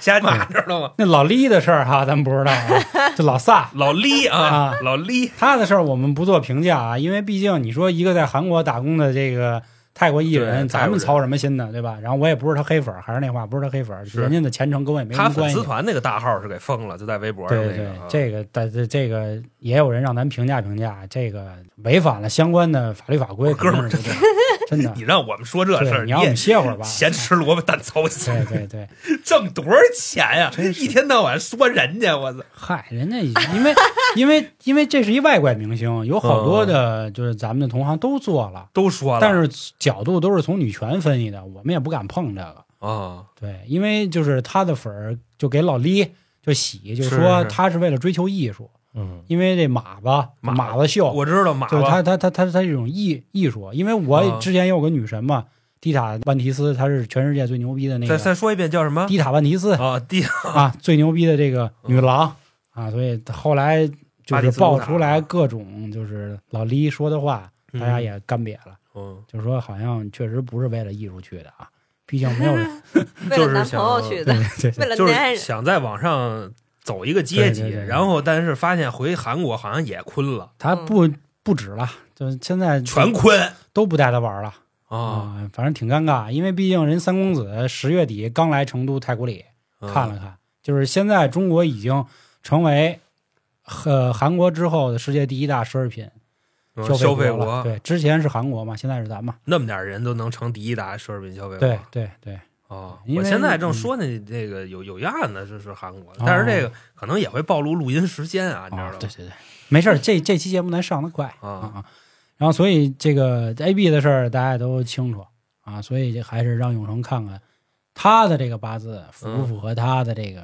[SPEAKER 3] 瞎骂，知道吗？
[SPEAKER 2] 那老李的事儿哈，咱们不知道 [LAUGHS] 啊，就老萨。
[SPEAKER 3] 老李啊
[SPEAKER 2] 啊，
[SPEAKER 3] 老李，
[SPEAKER 2] 他的事儿我们不做评价啊，因为毕竟你说一个在韩国打工的这个泰国艺
[SPEAKER 3] 对
[SPEAKER 2] 人，
[SPEAKER 3] 泰国人
[SPEAKER 2] 咱们操什么心呢，对吧？然后我也不是他黑粉儿，还是那话，不是他黑粉儿，
[SPEAKER 3] 是
[SPEAKER 2] 人家的前程跟我也没什
[SPEAKER 3] 他
[SPEAKER 2] 么
[SPEAKER 3] 粉
[SPEAKER 2] 关系
[SPEAKER 3] 丝。团那个大号是给封了，就在微博上
[SPEAKER 2] 对
[SPEAKER 3] 那
[SPEAKER 2] 对
[SPEAKER 3] 个啊，。
[SPEAKER 2] 这个但这这个也有人让咱评价评价，这个违反了相关的法律法规，
[SPEAKER 3] 我哥们儿
[SPEAKER 2] 肯定是 [LAUGHS] 真的
[SPEAKER 3] 你让我们说 [LAUGHS] 这事
[SPEAKER 2] 对，
[SPEAKER 3] 儿，
[SPEAKER 2] 你
[SPEAKER 3] 你
[SPEAKER 2] 让我
[SPEAKER 3] 也
[SPEAKER 2] 们歇会儿吧。
[SPEAKER 3] 咸吃萝卜淡操心。
[SPEAKER 2] 对对对，
[SPEAKER 3] 挣多少钱呀、一天到晚说人家，我操！
[SPEAKER 2] 嗨，人家已经因为因为因为这是一外国明星，有好多
[SPEAKER 3] 哦
[SPEAKER 2] 的就是咱们的同行都做了，
[SPEAKER 3] 都说了，
[SPEAKER 2] 但是角度都是从女权分析的，我们也不敢碰这个。
[SPEAKER 4] 嗯
[SPEAKER 3] 啊，
[SPEAKER 2] 对，因为就是他的粉儿就给老李就洗，就是说
[SPEAKER 3] 是
[SPEAKER 2] 他是为了追求艺术，
[SPEAKER 4] 嗯
[SPEAKER 2] 因为这马吧
[SPEAKER 3] 马
[SPEAKER 2] 马子秀，
[SPEAKER 3] 我知道马
[SPEAKER 2] 就是
[SPEAKER 3] 吧
[SPEAKER 2] 他他他他他这种艺艺术，因为我
[SPEAKER 3] 啊
[SPEAKER 2] 之前也有个女神嘛，迪塔万提斯，她是全世界最牛逼的那
[SPEAKER 3] 再
[SPEAKER 2] 个
[SPEAKER 3] 再说一遍叫什么
[SPEAKER 2] 迪塔万提
[SPEAKER 3] [LAUGHS]
[SPEAKER 2] 斯
[SPEAKER 3] 啊？第
[SPEAKER 2] 啊，最牛逼的这个女郎啊，所以后来就
[SPEAKER 3] 嗯巴蒂
[SPEAKER 2] 是
[SPEAKER 3] 斯图
[SPEAKER 2] 爆
[SPEAKER 3] 塔
[SPEAKER 2] 出来各种就是老李说的话，大家
[SPEAKER 3] 嗯
[SPEAKER 2] 也干瘪了，
[SPEAKER 3] 嗯，
[SPEAKER 2] 就是说好像确实不是为了艺术去的啊，毕竟没有人
[SPEAKER 5] 为
[SPEAKER 3] 就
[SPEAKER 5] 了
[SPEAKER 3] 是
[SPEAKER 5] 男
[SPEAKER 3] 想
[SPEAKER 5] 朋友去的
[SPEAKER 2] 对，对
[SPEAKER 5] 为了
[SPEAKER 3] 就
[SPEAKER 5] 男
[SPEAKER 3] 是
[SPEAKER 5] 人，
[SPEAKER 3] 想在网上走一个阶级，
[SPEAKER 2] 对对对
[SPEAKER 3] 然后但是发现回韩国好像也坤了，
[SPEAKER 2] 他
[SPEAKER 5] 嗯
[SPEAKER 2] 不不止了，就是现在
[SPEAKER 3] 全坤
[SPEAKER 2] 都不带他玩了
[SPEAKER 3] 啊！
[SPEAKER 2] 啊、反正挺尴尬，因为毕竟人三公子十月底刚来成都太古里
[SPEAKER 3] 嗯
[SPEAKER 2] 看了看，就是现在中国已经成为呃韩国之后的世界第一大奢侈品
[SPEAKER 3] 嗯
[SPEAKER 2] 消
[SPEAKER 3] 消费
[SPEAKER 2] 国了。
[SPEAKER 3] 国
[SPEAKER 2] 对，之前是韩国嘛，现在是咱嘛，
[SPEAKER 3] 那么点人都能成第一大奢侈品消费国，
[SPEAKER 2] 对对对，
[SPEAKER 3] 啊！
[SPEAKER 2] 因
[SPEAKER 3] 我
[SPEAKER 2] 为
[SPEAKER 3] 现在正说呢，这个有有一案子是是韩国
[SPEAKER 2] 哦，
[SPEAKER 3] 但是这个可能也会暴露录音时间啊，你知道
[SPEAKER 2] 啊
[SPEAKER 3] 吗？
[SPEAKER 2] 对对对，没事儿，这这期节目咱上的快
[SPEAKER 3] 啊
[SPEAKER 2] 啊。然后，所以这个 A B 的事儿大家也都清楚啊，所以这还是让永成看看他的这个八字符不
[SPEAKER 3] 嗯
[SPEAKER 2] 符合他的这个、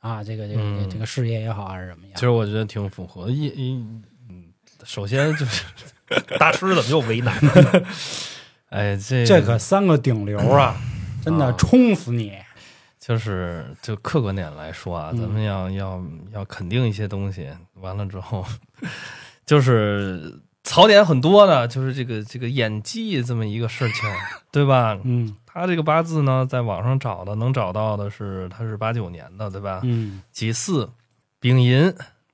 [SPEAKER 2] 啊，这个这个、
[SPEAKER 4] 嗯
[SPEAKER 2] 这个事业也好还是什么样
[SPEAKER 4] 其。实我觉得挺符合，一一嗯，首先
[SPEAKER 2] [LAUGHS]
[SPEAKER 4] 就是，
[SPEAKER 3] [LAUGHS] 大师怎么又为难了？
[SPEAKER 4] 哎，这
[SPEAKER 2] 这可三个顶流啊，
[SPEAKER 3] [LAUGHS]
[SPEAKER 2] 真
[SPEAKER 4] 啊
[SPEAKER 2] 的冲死你！
[SPEAKER 4] 就是就客观点来说啊，
[SPEAKER 2] 嗯
[SPEAKER 4] 咱们要要要肯定一些东西，完了之后， [LAUGHS] 就是槽点很多的，就是这个这个演技这么一个事情，对吧？
[SPEAKER 2] 嗯
[SPEAKER 4] 他这个八字呢，在网上找的能找到的是他是八九年的，对吧？
[SPEAKER 2] 嗯，
[SPEAKER 4] 己巳、丙寅、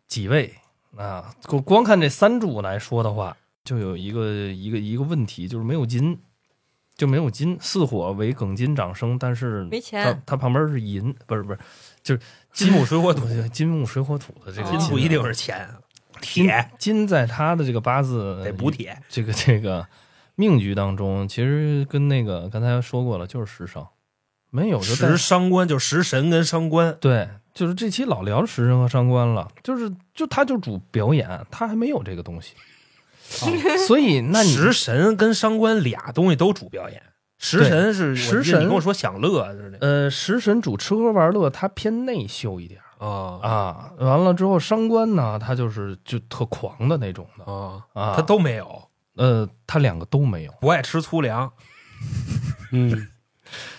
[SPEAKER 4] 己未啊，光光看这三柱来说的话，就有一个一个一个问题，就是没有金，就没有金。巳火为庚金长生，但是
[SPEAKER 5] 没钱
[SPEAKER 4] 它它旁边是银，不是不是
[SPEAKER 3] 金木水火土，
[SPEAKER 4] 对金木水火土的这个
[SPEAKER 3] 金
[SPEAKER 5] 金木
[SPEAKER 3] 不
[SPEAKER 4] 呢
[SPEAKER 3] 一定是钱，啊
[SPEAKER 4] 金
[SPEAKER 3] 铁
[SPEAKER 4] 金在他的这个八字
[SPEAKER 3] 得补铁。
[SPEAKER 4] 这个这个命局当中，其实跟那个刚才说过了，就是食伤，没有就带
[SPEAKER 3] 食伤官就食神跟伤官，
[SPEAKER 4] 对，就是这期老聊食神和伤官了，就是就他就主表演，他还没有这个东西，啊所以那你
[SPEAKER 3] 食神跟伤官俩东西都主表演。食神是
[SPEAKER 4] 食
[SPEAKER 3] 我记得
[SPEAKER 4] 神
[SPEAKER 3] 你跟我说享乐啊似的
[SPEAKER 4] 呃食神主吃喝玩乐，他偏内秀一点儿
[SPEAKER 3] 啊
[SPEAKER 4] 啊，完了之后伤官呢，他就是就特狂的那种的
[SPEAKER 3] 啊
[SPEAKER 4] 啊，
[SPEAKER 3] 他都没有，
[SPEAKER 4] 呃他两个都没有，
[SPEAKER 3] 不爱吃粗粮，
[SPEAKER 2] 嗯，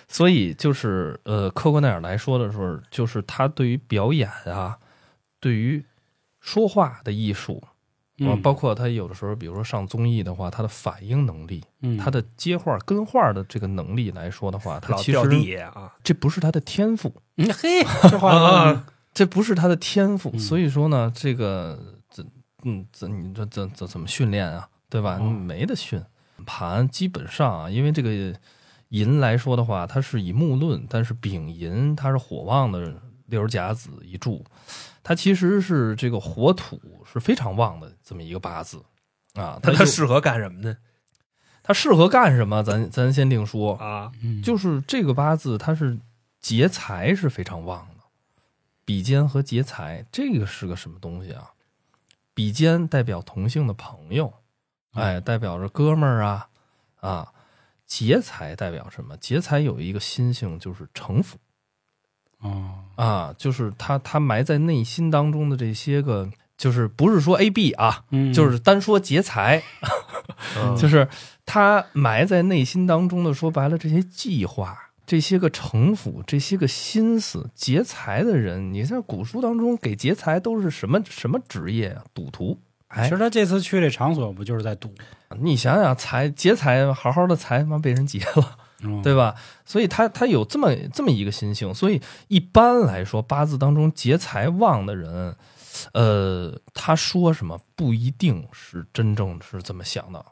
[SPEAKER 4] 所以就是呃客观点来说的时候，就是他对于表演啊，对于说话的艺术。啊
[SPEAKER 2] 嗯
[SPEAKER 4] 包括他有的时候，比如说上综艺的话，他的反应能力，
[SPEAKER 2] 嗯
[SPEAKER 4] 他的接话跟话的这个能力来说的话，他
[SPEAKER 3] 老
[SPEAKER 4] 其
[SPEAKER 3] 掉
[SPEAKER 4] 实
[SPEAKER 3] 地啊。
[SPEAKER 4] 这不是他的天赋，
[SPEAKER 2] 嗯嘿，这
[SPEAKER 4] [LAUGHS]
[SPEAKER 2] 话
[SPEAKER 4] 啊
[SPEAKER 2] 说的
[SPEAKER 4] 这不是他的天赋，
[SPEAKER 2] 嗯
[SPEAKER 4] 所以说呢，这个这嗯怎你这怎怎怎么训练啊，对吧？
[SPEAKER 2] 哦
[SPEAKER 4] 没得训。盘基本上啊，因为这个寅来说的话，它是以木论，但是丙寅它是火旺的六十甲子一柱，它其实是这个火土是非常旺的这么一个八字啊，
[SPEAKER 3] 他
[SPEAKER 4] 它
[SPEAKER 3] 他
[SPEAKER 4] 又
[SPEAKER 3] 适合干什么呢？
[SPEAKER 4] 它适合干什么？咱咱先另说
[SPEAKER 3] 啊，
[SPEAKER 2] 嗯
[SPEAKER 4] 就是这个八字，它是劫财是非常旺的，比肩和劫财，这个是个什么东西啊？比肩代表同性的朋友，哎，代表着哥们儿啊啊。劫财代表什么？劫财有一个心性，就是城府
[SPEAKER 2] 哦，
[SPEAKER 4] 啊，就是他他埋在内心当中的这些个，就是不是说 A B 啊，
[SPEAKER 2] 嗯
[SPEAKER 4] 就是单说劫财， [LAUGHS] 就是他埋在内心当中的，说白了，这些计划、这些个城府、这些个心思，劫财的人，你在古书当中给劫财都是什么什么职业啊？赌徒。
[SPEAKER 2] 其
[SPEAKER 4] 哎
[SPEAKER 2] 实，他这次去这场所不就是在赌，
[SPEAKER 4] 你想想，财劫财，好好的财，妈被人劫了，
[SPEAKER 2] 嗯
[SPEAKER 4] 对吧？所以他他有这么这么一个心性，所以一般来说，八字当中劫财旺的人，呃，他说什么不一定是真正是这么想的。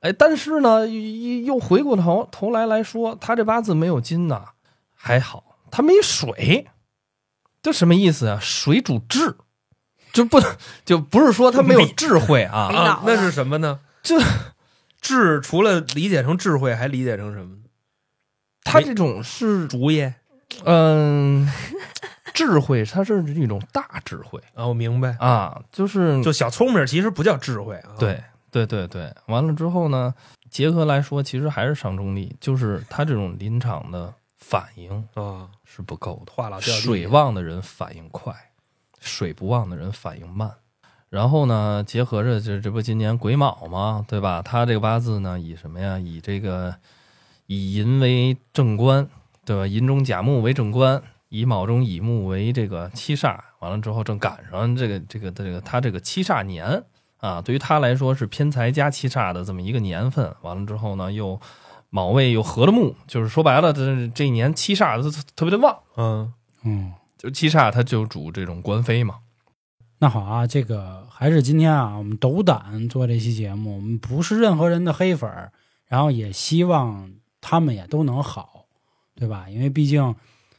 [SPEAKER 4] 哎，但是呢，又又回过头头来来说，他这八字没有金呐，还好他没水，这什么意思啊？水主智，就不就不是说他没有智慧啊
[SPEAKER 5] 没，脑
[SPEAKER 3] 啊
[SPEAKER 5] 子，
[SPEAKER 3] 那是什么呢？
[SPEAKER 4] [LAUGHS] 这
[SPEAKER 3] 智除了理解成智慧，还理解成什么呢？
[SPEAKER 4] 他这种是
[SPEAKER 3] 竹叶
[SPEAKER 4] 嗯、智慧，它是一种大智慧
[SPEAKER 3] 啊，我明白。
[SPEAKER 4] [LAUGHS] 啊，就是
[SPEAKER 3] 就小聪明其实不叫智慧啊，，
[SPEAKER 4] 对对对对，完了之后呢，结合来说，其实还是上中力，就是他这种临场的反应
[SPEAKER 3] 啊，
[SPEAKER 4] 是不够的。
[SPEAKER 3] 话痨掉地
[SPEAKER 4] 水旺的人反应快，水不旺的人反应慢。然后呢，结合着这这不今年癸卯嘛，对吧？他这个八字呢，以什么呀？以这个以寅为正官，对吧？寅中甲木为正官，以卯中乙木为这个七煞。完了之后，正赶上这个这个这个他这个七煞年啊，对于他来说是偏财加七煞的这么一个年份。完了之后呢，又卯未又合了木，就是说白了，这这一年七煞都特别的旺。
[SPEAKER 3] 嗯，
[SPEAKER 2] 嗯，
[SPEAKER 4] 就七煞它就主这种官非嘛。
[SPEAKER 2] 那好啊，这个还是今天啊，我们斗胆做这期节目，我们不是任何人的黑粉儿，然后也希望他们也都能好，对吧？因为毕竟，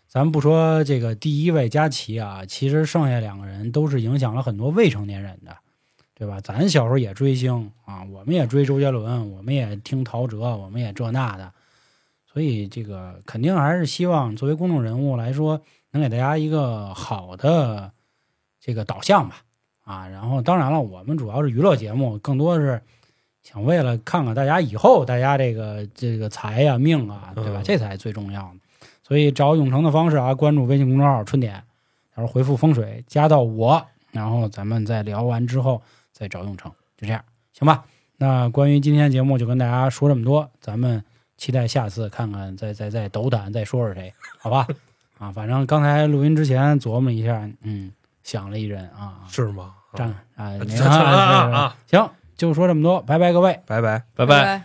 [SPEAKER 2] 咱不说这个第一位佳琪啊，其实剩下两个人都是影响了很多未成年人的，对吧？咱小时候也追星啊，我们也追周杰伦，我们也听陶喆，我们也这那的，所以这个肯定还是希望作为公众人物来说，能给大家一个好的。这个导向吧，啊，然后当然了，我们主要是娱乐节目，更多是想为了看看大家以后大家这个这个财呀、命啊，对吧？
[SPEAKER 3] 嗯
[SPEAKER 2] 这才是最重要的。所以找永成的方式啊，关注微信公众号“春点”，然后回复“风水”加到我，然后咱们在聊完之后再找永成。就这样，行吧？那关于今天节目就跟大家说这么多，咱们期待下次看看再再再斗胆再说说谁，好吧？啊，反正刚才录音之前琢磨一下，嗯，想了一人啊，
[SPEAKER 3] 是吗？啊 [LAUGHS]
[SPEAKER 2] 站啊，没
[SPEAKER 3] 啊啊啊
[SPEAKER 2] 行，就说这么多，拜拜各位。
[SPEAKER 3] 拜拜。
[SPEAKER 4] 拜
[SPEAKER 5] 拜。